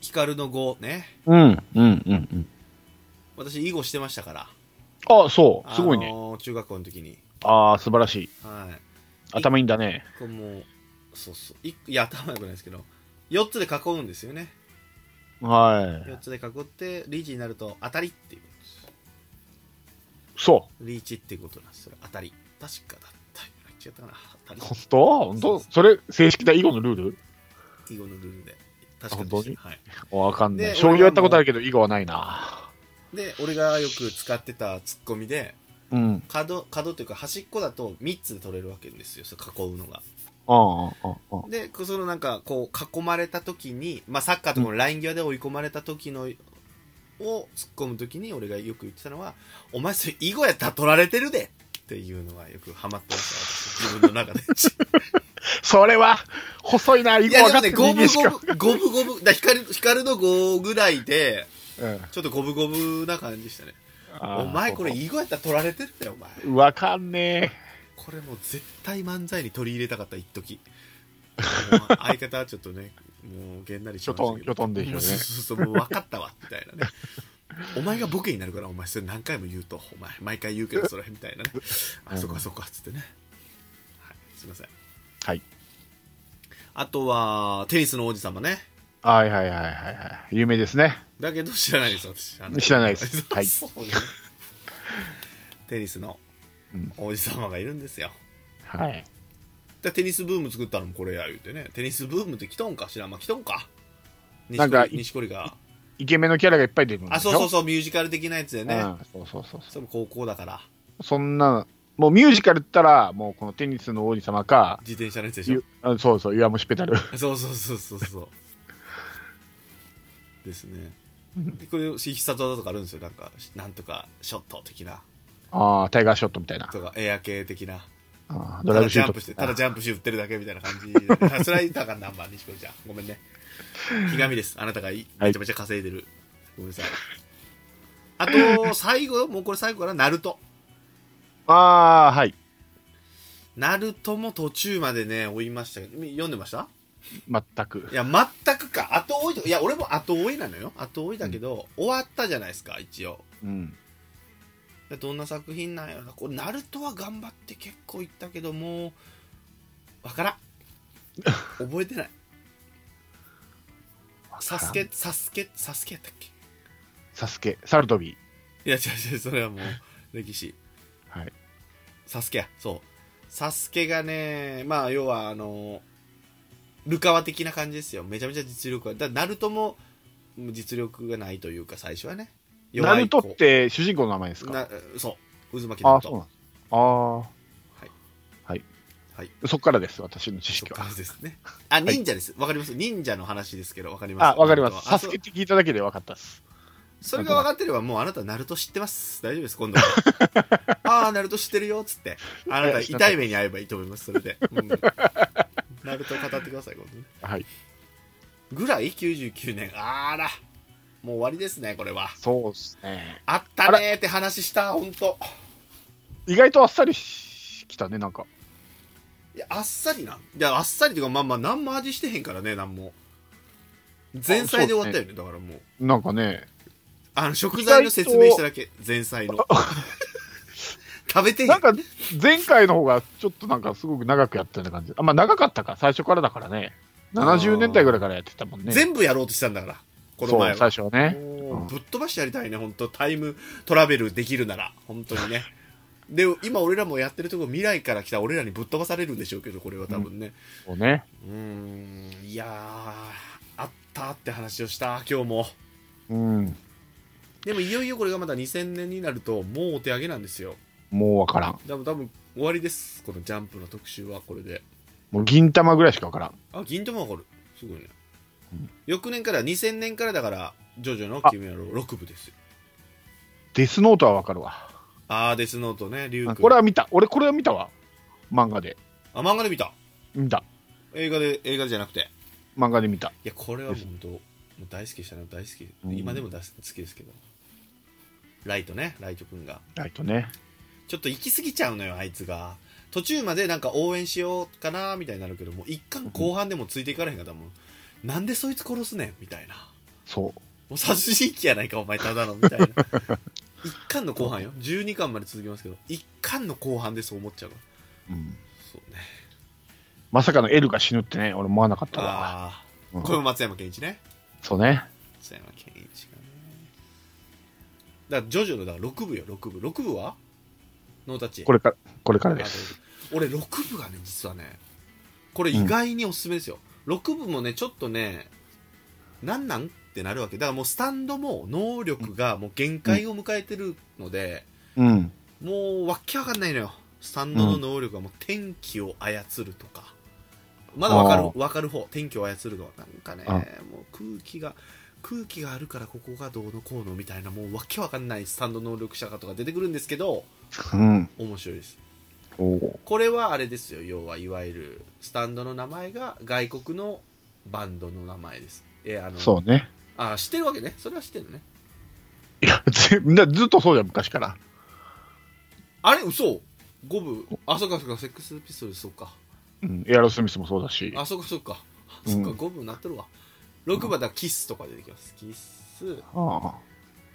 光の語ねうん、うん、うん、うん。私囲碁してましたからあ、そう。すごいあね。のー中学校の時にあー、素晴らしい。はい頭いいんだね。これもうそうそういいや頭良くないですけど4つで囲うんですよねは4つで囲ってリーチになると当たりっていうんですい。そリーチっていうことなんですそれ当たり確かだった違ったかな当たう。り本当本当それ、正式な囲碁のルール囲碁のルールで確かあ本で当にした、はい、わかんなでい。将棋やったことあるけど、囲碁はないな。で俺がよく使ってたツッコミでうん。うん、角角というか端っこだと3つで取れるわけですよそれ囲うのがうん、うん。でそのなんかこう囲まれた時に、まあ、サッカーとかのライン際で追い込まれた時の、を突っ込む時に俺がよく言ってたのは「お前それ囲碁やったら取られてるで」っていうのがよくハマってました私自分の 中でそれは、細いな、囲い碁や分でかもってね五る人分間し五か。分五分五分だから光光の5ぐらいでうんちょっと五分五分な感じでしたねあーお前これ囲碁やったら取られてるでお前わかんねこれもう絶対漫才に取り入れたかった一 時もう相方はちょっとねもうげんなりしましたけきどょとんきょとんでしょうねもそうそうそうもう分かったわみたいなねお前がボケになるからお前それ何回も言うとお前毎回言うけどそれみたいなねあそっかそっかっつってね、はい、すいませんえ。はい。あとはテニスの王子様ねはいはいはいはいはい。有名ですね。だけど知らないです私あの知らないですはいそうねテニスのうん王子様がいるんですよ、はい。でテニスブーム作ったのもこれや言うてねテニスブームって来とんか知らんまあ来とんかなんか錦織がイケメンのキャラがいっぱい出てくるんであしそょうそうそうミュージカル的なやつでね、うんそうそうそうそそれも高校だからう。そんな、もうミュージカルって言ったら、もうこのテニスの王子様か、自転車のやつでしょゆあそうそう、岩虫ペダル。そうそうそうそうそう ですねでこれ必殺技とかあるんですよなんかなんとかショット的なああ、タイガーショットみたいな。とかエア系的なあードたラだイブジシュャーントプみしてたたいな。だジャンプして打ってるだけみたいな感じ あそれは豊かなナンバー錦織ちゃんごめんねひがみですあなたがいはいめちゃめちゃ稼いでる、ごめんなさいあと最後もうこれ最後からナルトああー、はい。ナルトも途中までね追いましたけどみ読んでました全くい。や全くか後追いといや俺も後追いなのよ後追いだけど、終わったじゃないですか一応うん。でどんな作品なんやろなこれナルトは頑張って結構いったけどもうわから ん覚えてないサスケ、サスケ、サスケやったっけサスケ、サルトビー。いや、違う違う、それはもう、歴史。はい。サスケや、そう。サスケがね、まあ、要は、あの、ルカワ的な感じですよ。めちゃめちゃ実力は。だナルトも、実力がないというか、最初はね。ナルトっ子て主人公の名前ですかなそう。渦巻きナあルあ、そうト。なんああ。はいはい。はい。そっからです、私の知そっ識かは。らです ね。あ、忍者です。わかります忍者の話ですけど、わかりますあ、わかりまナルす。トはサあスそケって聞いただけで分かったです。それが分かってれば、もうあなた、ナルト知ってます。大丈夫です、今 度は。ああ、ナルト知ってるよ、つって。あなた、痛い目に遭えばいいと思います、それ で。うん、ナルト語ってください、今度ね。はい。ぐらい ?99 年。あら、もう終わりですね、これは。そうですね。あったねーって話した、ほんと。意外とあっさりしきたね、なんか。いや、あっさりな。いや、あっさりっていうか、まあまあ、何も味してへんからね、何も。前菜で終わったよね、だからもう。なんかね、あの、食材の説明しただけ、前菜 の。食べてへんなんか前回の方がちょっとなんかすごく長くやったような感じ。あ、まあ長かったか、最初からだからね。70年代ぐらいからやってたもんね。全部やろうとしたんだから。この前そう最は初はねもうぶっ飛ばしてやりたいね本当タイムトラベルできるなら本当にねで今俺らもやってるとこ未来から来た俺らにぶっ飛ばされるんでしょうけどこれは多分ねそうねうーんいやーあったって話をした今日もうんでもいよいよこれがまだ2000年になるともうお手上げなんですよもうわからんでも多分終わりですこのジャンプの特集はこれでもう銀玉ぐらいしかわからんあ銀玉わかるすごいね、翌年から2000年からだからジョジョの君やろう6部ですよデスノートはわかるわああデスノートねリュウあ君これは見た俺これは見たわ漫画であ漫画で見た見た映画で映画じゃなくて漫画で見たいやこれはもう本当もう大好きでしたね大好き、うん今でも大好きですけどライトねライト君がライトねちょっと行き過ぎちゃうのよあいつが途中までなんか応援しようかなみたいになるけどもう一巻後半でもついていかれへんかったもんなんでそいつ殺すねんみたいなそうもう殺人鬼やないかお前ただのみたいな一巻の後半よ12巻まで続きますけど一巻の後半でそう思っちゃうからうんそうねまさかのエルが死ぬってね俺思わなかったわ、あうあんこれも松山ケンイチねそうね松山ケンイチがねだからジョジョのだから6部よ6部6部はノータッチこれからこれからあ大で丈す夫俺6部がね実はねこれ意外におすすめですよ、6部もねちょっとねなんなんってなるわけだからもうスタンドも能力がもう限界を迎えてるので、うんもうわっけわかんないのよスタンドの能力はもう天気を操るとかまだわかあるわかる方天気を操るのはなんかねあもう空気が空気があるからここがどうのこうのみたいなもうわけわかんないスタンド能力者かとか出てくるんですけどうん面白いですおおこれはあれですよ要はいわゆるスタンドの名前が外国のバンドの名前ですえーあのそうねあ知ってるわけねそれは知ってるのねいやずなずっとそうじゃん昔からあれ嘘五部あそうかそうかセックスピストルズそうかうんエアロスミスもそうだしあそっかそっか、うんそっか5分になってるわ6番だからキスとか出てきますキスフあ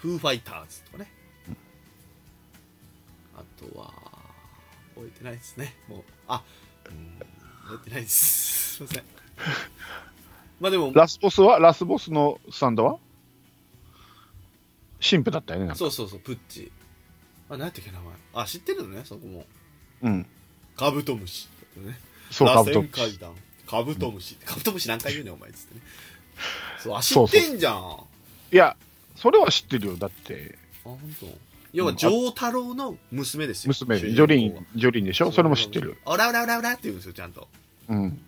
ーファイターズとかね、あとは覚えてないですねもうあうん覚えてないですすいま せんまあでもあラスボスはラスボスのスタンドは神父だったよねなんかそうそうそうプッチあ何やったっけ名前あ知ってるのねそこもうんカブトムシとかねそう螺カブト旋ムシ階段カブトムシカブトムシ何回言うねんお前っつってねそうあ知そうっそうてんじゃんいやそれは知ってるよだってあ本当。要は丈太郎の娘ですよ娘ジ主人公ョはリーンジョリーンでしょそれも知ってるオラオラオラオラって言うんですよちゃんとうん面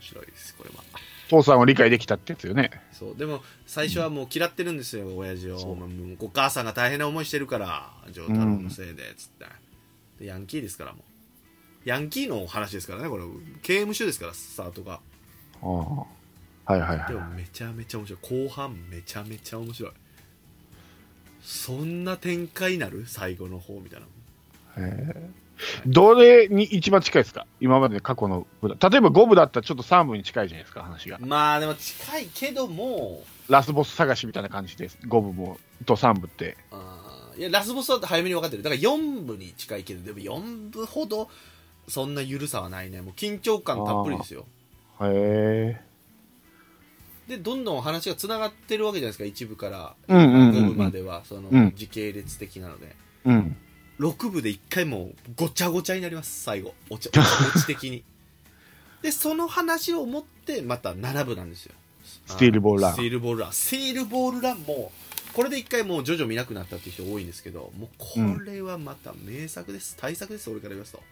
白いですこれは父さんを理解できたってやつよねそうでも最初はもう嫌ってるんですよ親父をそうもうもうお母さんが大変な思いしてるから丈太郎のせいでつって、でヤンキーですからもうヤンキーの話ですからねこれ刑務所ですからスタートがああはいはいはでいもめちゃめちゃ面白い後半めちゃめちゃ面白いそんな展開になる最後の方みたいなどれに一番近いですか今まで過去の部だ例えば5部だったらちょっと3部に近いじゃないですか話がまあでも近いけどもラスボス探しみたいな感じです5部もと3部ってあーいやラスボスは早めに分かってるだから4部に近いけどでも4部ほどそんな緩さはないねもう緊張感たっぷりですよへえでどんどん話がつながってるわけじゃないですか1部からうんうんうん5部まではそのうん時系列的なので、うん6部で1回もうごちゃごちゃになります最後おち ゃ落ち的にでその話を持ってまた並ぶなんですよスティールボールランスティールボールランスティールボールランもこれで1回もう徐々見なくなったっていう人多いんですけどもうこれはまた名作です大作です俺から言いますと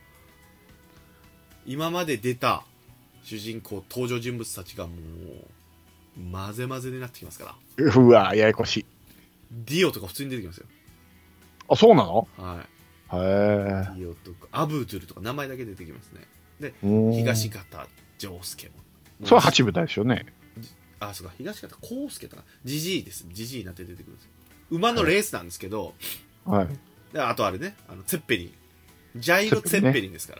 今まで出た主人公登場人物たちがもう混ぜ混ぜになってきますからうわややこしいディオとか普通に出てきますよあそうなのはいへディオとかアブドゥルとか名前だけ出てきますねでえ東方丈介もそれは8部だでしょうねあそうか東方康介とかジジイですジジイになって出てくるんですよ馬のレースなんですけど、はいであとあれねあのツェッペリンジャイロ・ツェッペリンですか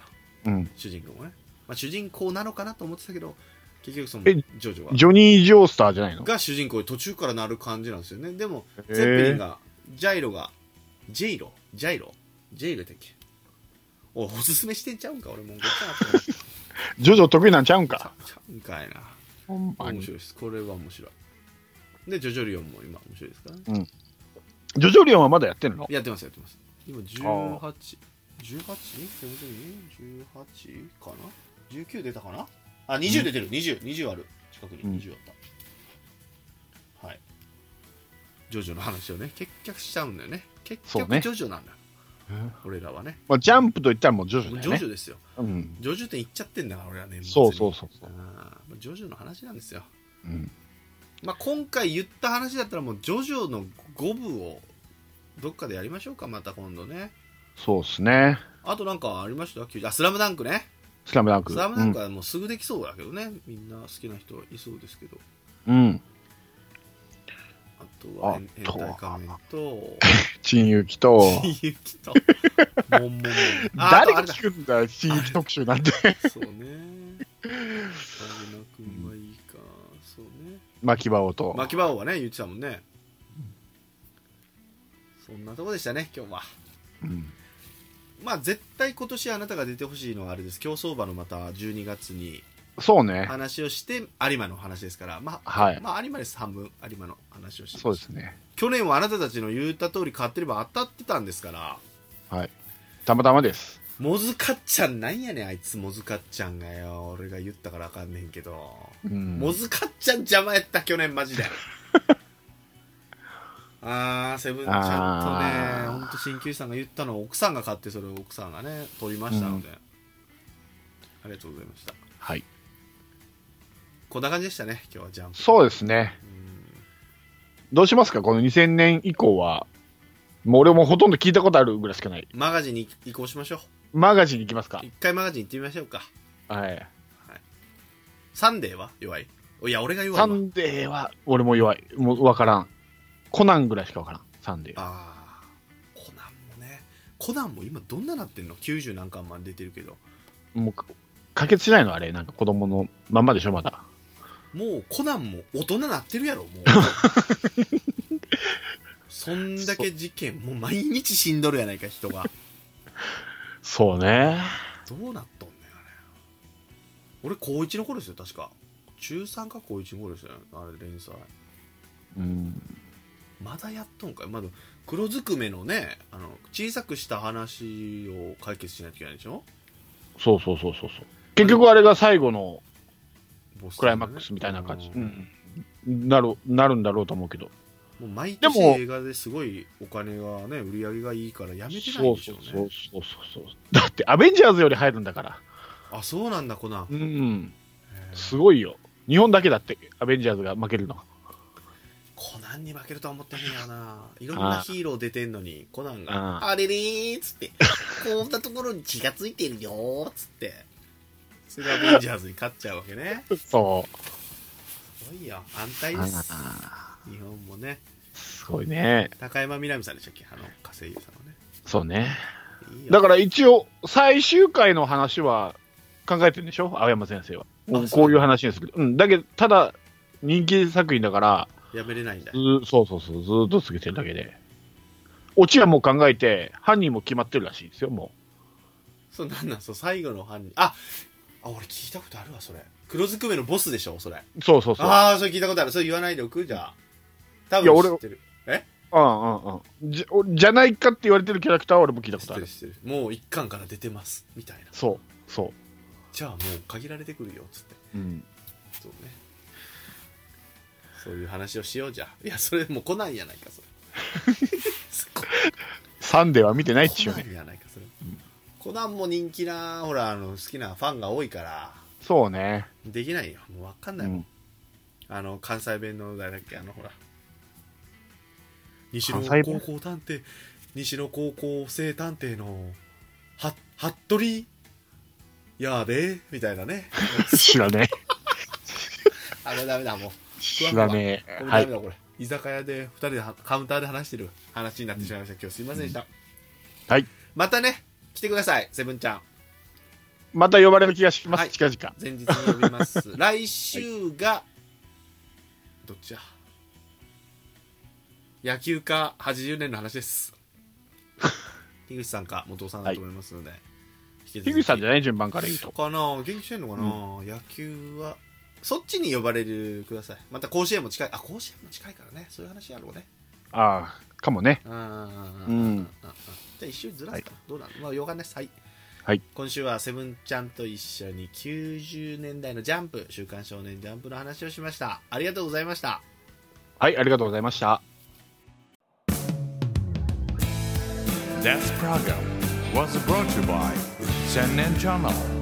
ら、うん主人公もね、まあ、主人公なのかなと思ってたけど結局そのえジョジョはジョニー・ジョースターじゃないのが主人公で途中からなる感じなんですよねでもへーツェッペリンがジャイロがジェイロジャイロジェイロだっけおおすすめしてんちゃうんか俺もうごっちゃになってるジョジョ得意なんちゃうんかちゃうんかいなほんま面に白いですこれは面白いで、ジョジョリオンも今、面白いですからね。ジョジョリオンはまだやってるのやってます、やってます。今、18、18?18 かな ?19 出たかなあ、20出てる、20、20ある。近くうんに20あった。はい。ジョジョの話をね、結局しちゃうんだよね。結そう局、ねジョジョなんだよ。うん俺らはね。まあ、ジャンプといったらもうジョジョだジよョねジ。ョですよ。うんジョジョ店行っちゃってんだから、俺はね。そうそうそうそうあージョジョの話なんですよ。うんまあ、今回言った話だったらもうジョジョの五部をどっかでやりましょうかまた今度ねそうですね。あとなんかありました急にあスラムダンクねスラムダンク。スラムダンクうんはもうすぐできそうだけどね、みんな好きな人いそうですけどうん。あとはあ変変とは態仮面と陳勇気と。ゆきとモンモンモン ああ誰とあれがだ聞くんだよ、新規特集 なんて。そうねさぐな君はいいかそうね巻き場をと。巻き場王はね言ってたもんねそんなとこでしたね今日はうんまあ絶対今年あなたが出てほしいのはあれです競走馬のまた12月にそうね。話をして有馬の話ですからまあ、はいまあ有馬です半分有馬の話をしてそうですね。去年はあなたたちの言った通り買ってれば当たってたんですからはい。たまたまです。モズカッちゃんなんやねんあいつモズカッちゃんがよ俺が言ったからあかんねんけど、うんモズカッちゃん邪魔やった去年マ ジであーセブンちゃんとあねーほんと鍼灸師さんが言ったのを奥さんが買ってそれを奥さんがね取りましたので、ありがとうございましたはい。こんな感じでしたね今日はジャンプそうですね。どうしますかこの2000年以降は。もう俺もほとんど聞いたことあるぐらいしかない。マガジンに移行しましょうマガジンに行きますか一回マガジン行ってみましょうかはい。サンデーは弱いいや俺が弱サいわンデーは、俺も弱い。もう分からん。コナンぐらいしか分からん。サンデー。あーコナンもねコナンも今どんななってんの90何巻まで出てるけどもう、可決しないのあれ。なんか子供のまんまでしょ、まだ。もうコナンも大人なってるやろ もうそんだけ事件もう毎日死んどるやないか人がそうね。どうなっとんねんあれ俺高1の頃ですよ確か中3か高1の頃ですよあれ連載うん。まだやっとんかいまだ黒ずくめのねあの小さくした話を解決しないといけないでしょそうそうそうそうそう。結局あれが最後のボスクライマックスみたいな感じ。うんうんなる、なるんだろうと思うけど。もう毎で年も映画ですごいお金がね売り上げがいいからやめてないそんうでしそょううねそうそうそう。だって、アベンジャーズより入るんだから。あそうなんだコナンうん。へーすごいよ。日本だけだって、アベンジャーズが負けるの。コナンに負けるとは思ってへんやないろんなヒーロー出てんのにコナンあが「あれれー」っつって「こんなところに血がついてるよー」っつってそれがアベンジャーズに勝っちゃうわけねそう。すごいよ安泰あですー日本もねすごいね。高山みなみさんでしたっけあの加瀬優さんのねそうね。いいよだから一応、最終回の話は考えてるんでしょ青山先生は。あそうこういう話ですけど。うん。だけど、ただ、人気作品だから、やめれないんだずーそうそうそう、ずーっと続けてるだけで。オチはもう考えて、犯人も決まってるらしいですよ、もそうなんなんそう最後の犯人ああ俺聞いたことあるわそれ黒ずくめのボスでしょそれう。そうそうそう。ああそれ聞いたことあるそれ言わないでおくじゃあ多いや俺分知ってるうんうんうんじゃ。おじゃないかって言われてるキャラクターは俺も聞いたこ知とっあてるる。知ってるもう一巻から出てますみたいなそう、そじゃあもう限られてくるよっつってう。うん。そうねそういう話をしようじゃあいやそれもうコナンやない かそれコサンデーは見てないっちゅうナね。ンやないかそれ、コナンも人気なほらあの好きなファンが多いからそうね。できないよもう分かんうないもん、ん。あの関西弁の誰だっけあのほら西野関西高弁校探偵西野高校生探偵のは服部やーべーみたいなね知ら ねあれダメだもうえ。知らねえこ。れダメはい。だこれ、居酒屋で2人ではカウンターで話してる話になってしまいました、今日すいませんでした、はいまたね来てくださいセブンちゃんまた呼ばれる気がしまはいす、近々。前日に呼びます 来週が、どっちや野球か80年の話です 樋口さんか元尾さんだと思いますので、樋口さんじゃゃない順番から言うと。かな元気してんのかな、野球はそっちに呼ばれるくださいまた甲子園も近いあ甲子園も近いからねそういう話やろうねああ、かもね。うんうんううんうんうんうんん。じゃあ一周ずらすか、どうなんまあよがないですはい、はい今週はセブンちゃんと一緒に90年代のジャンプ「週刊少年ジャンプ」の話をしましたありがとうございましたはい、ありがとうございました。 This program was brought to you by Sennen Channel.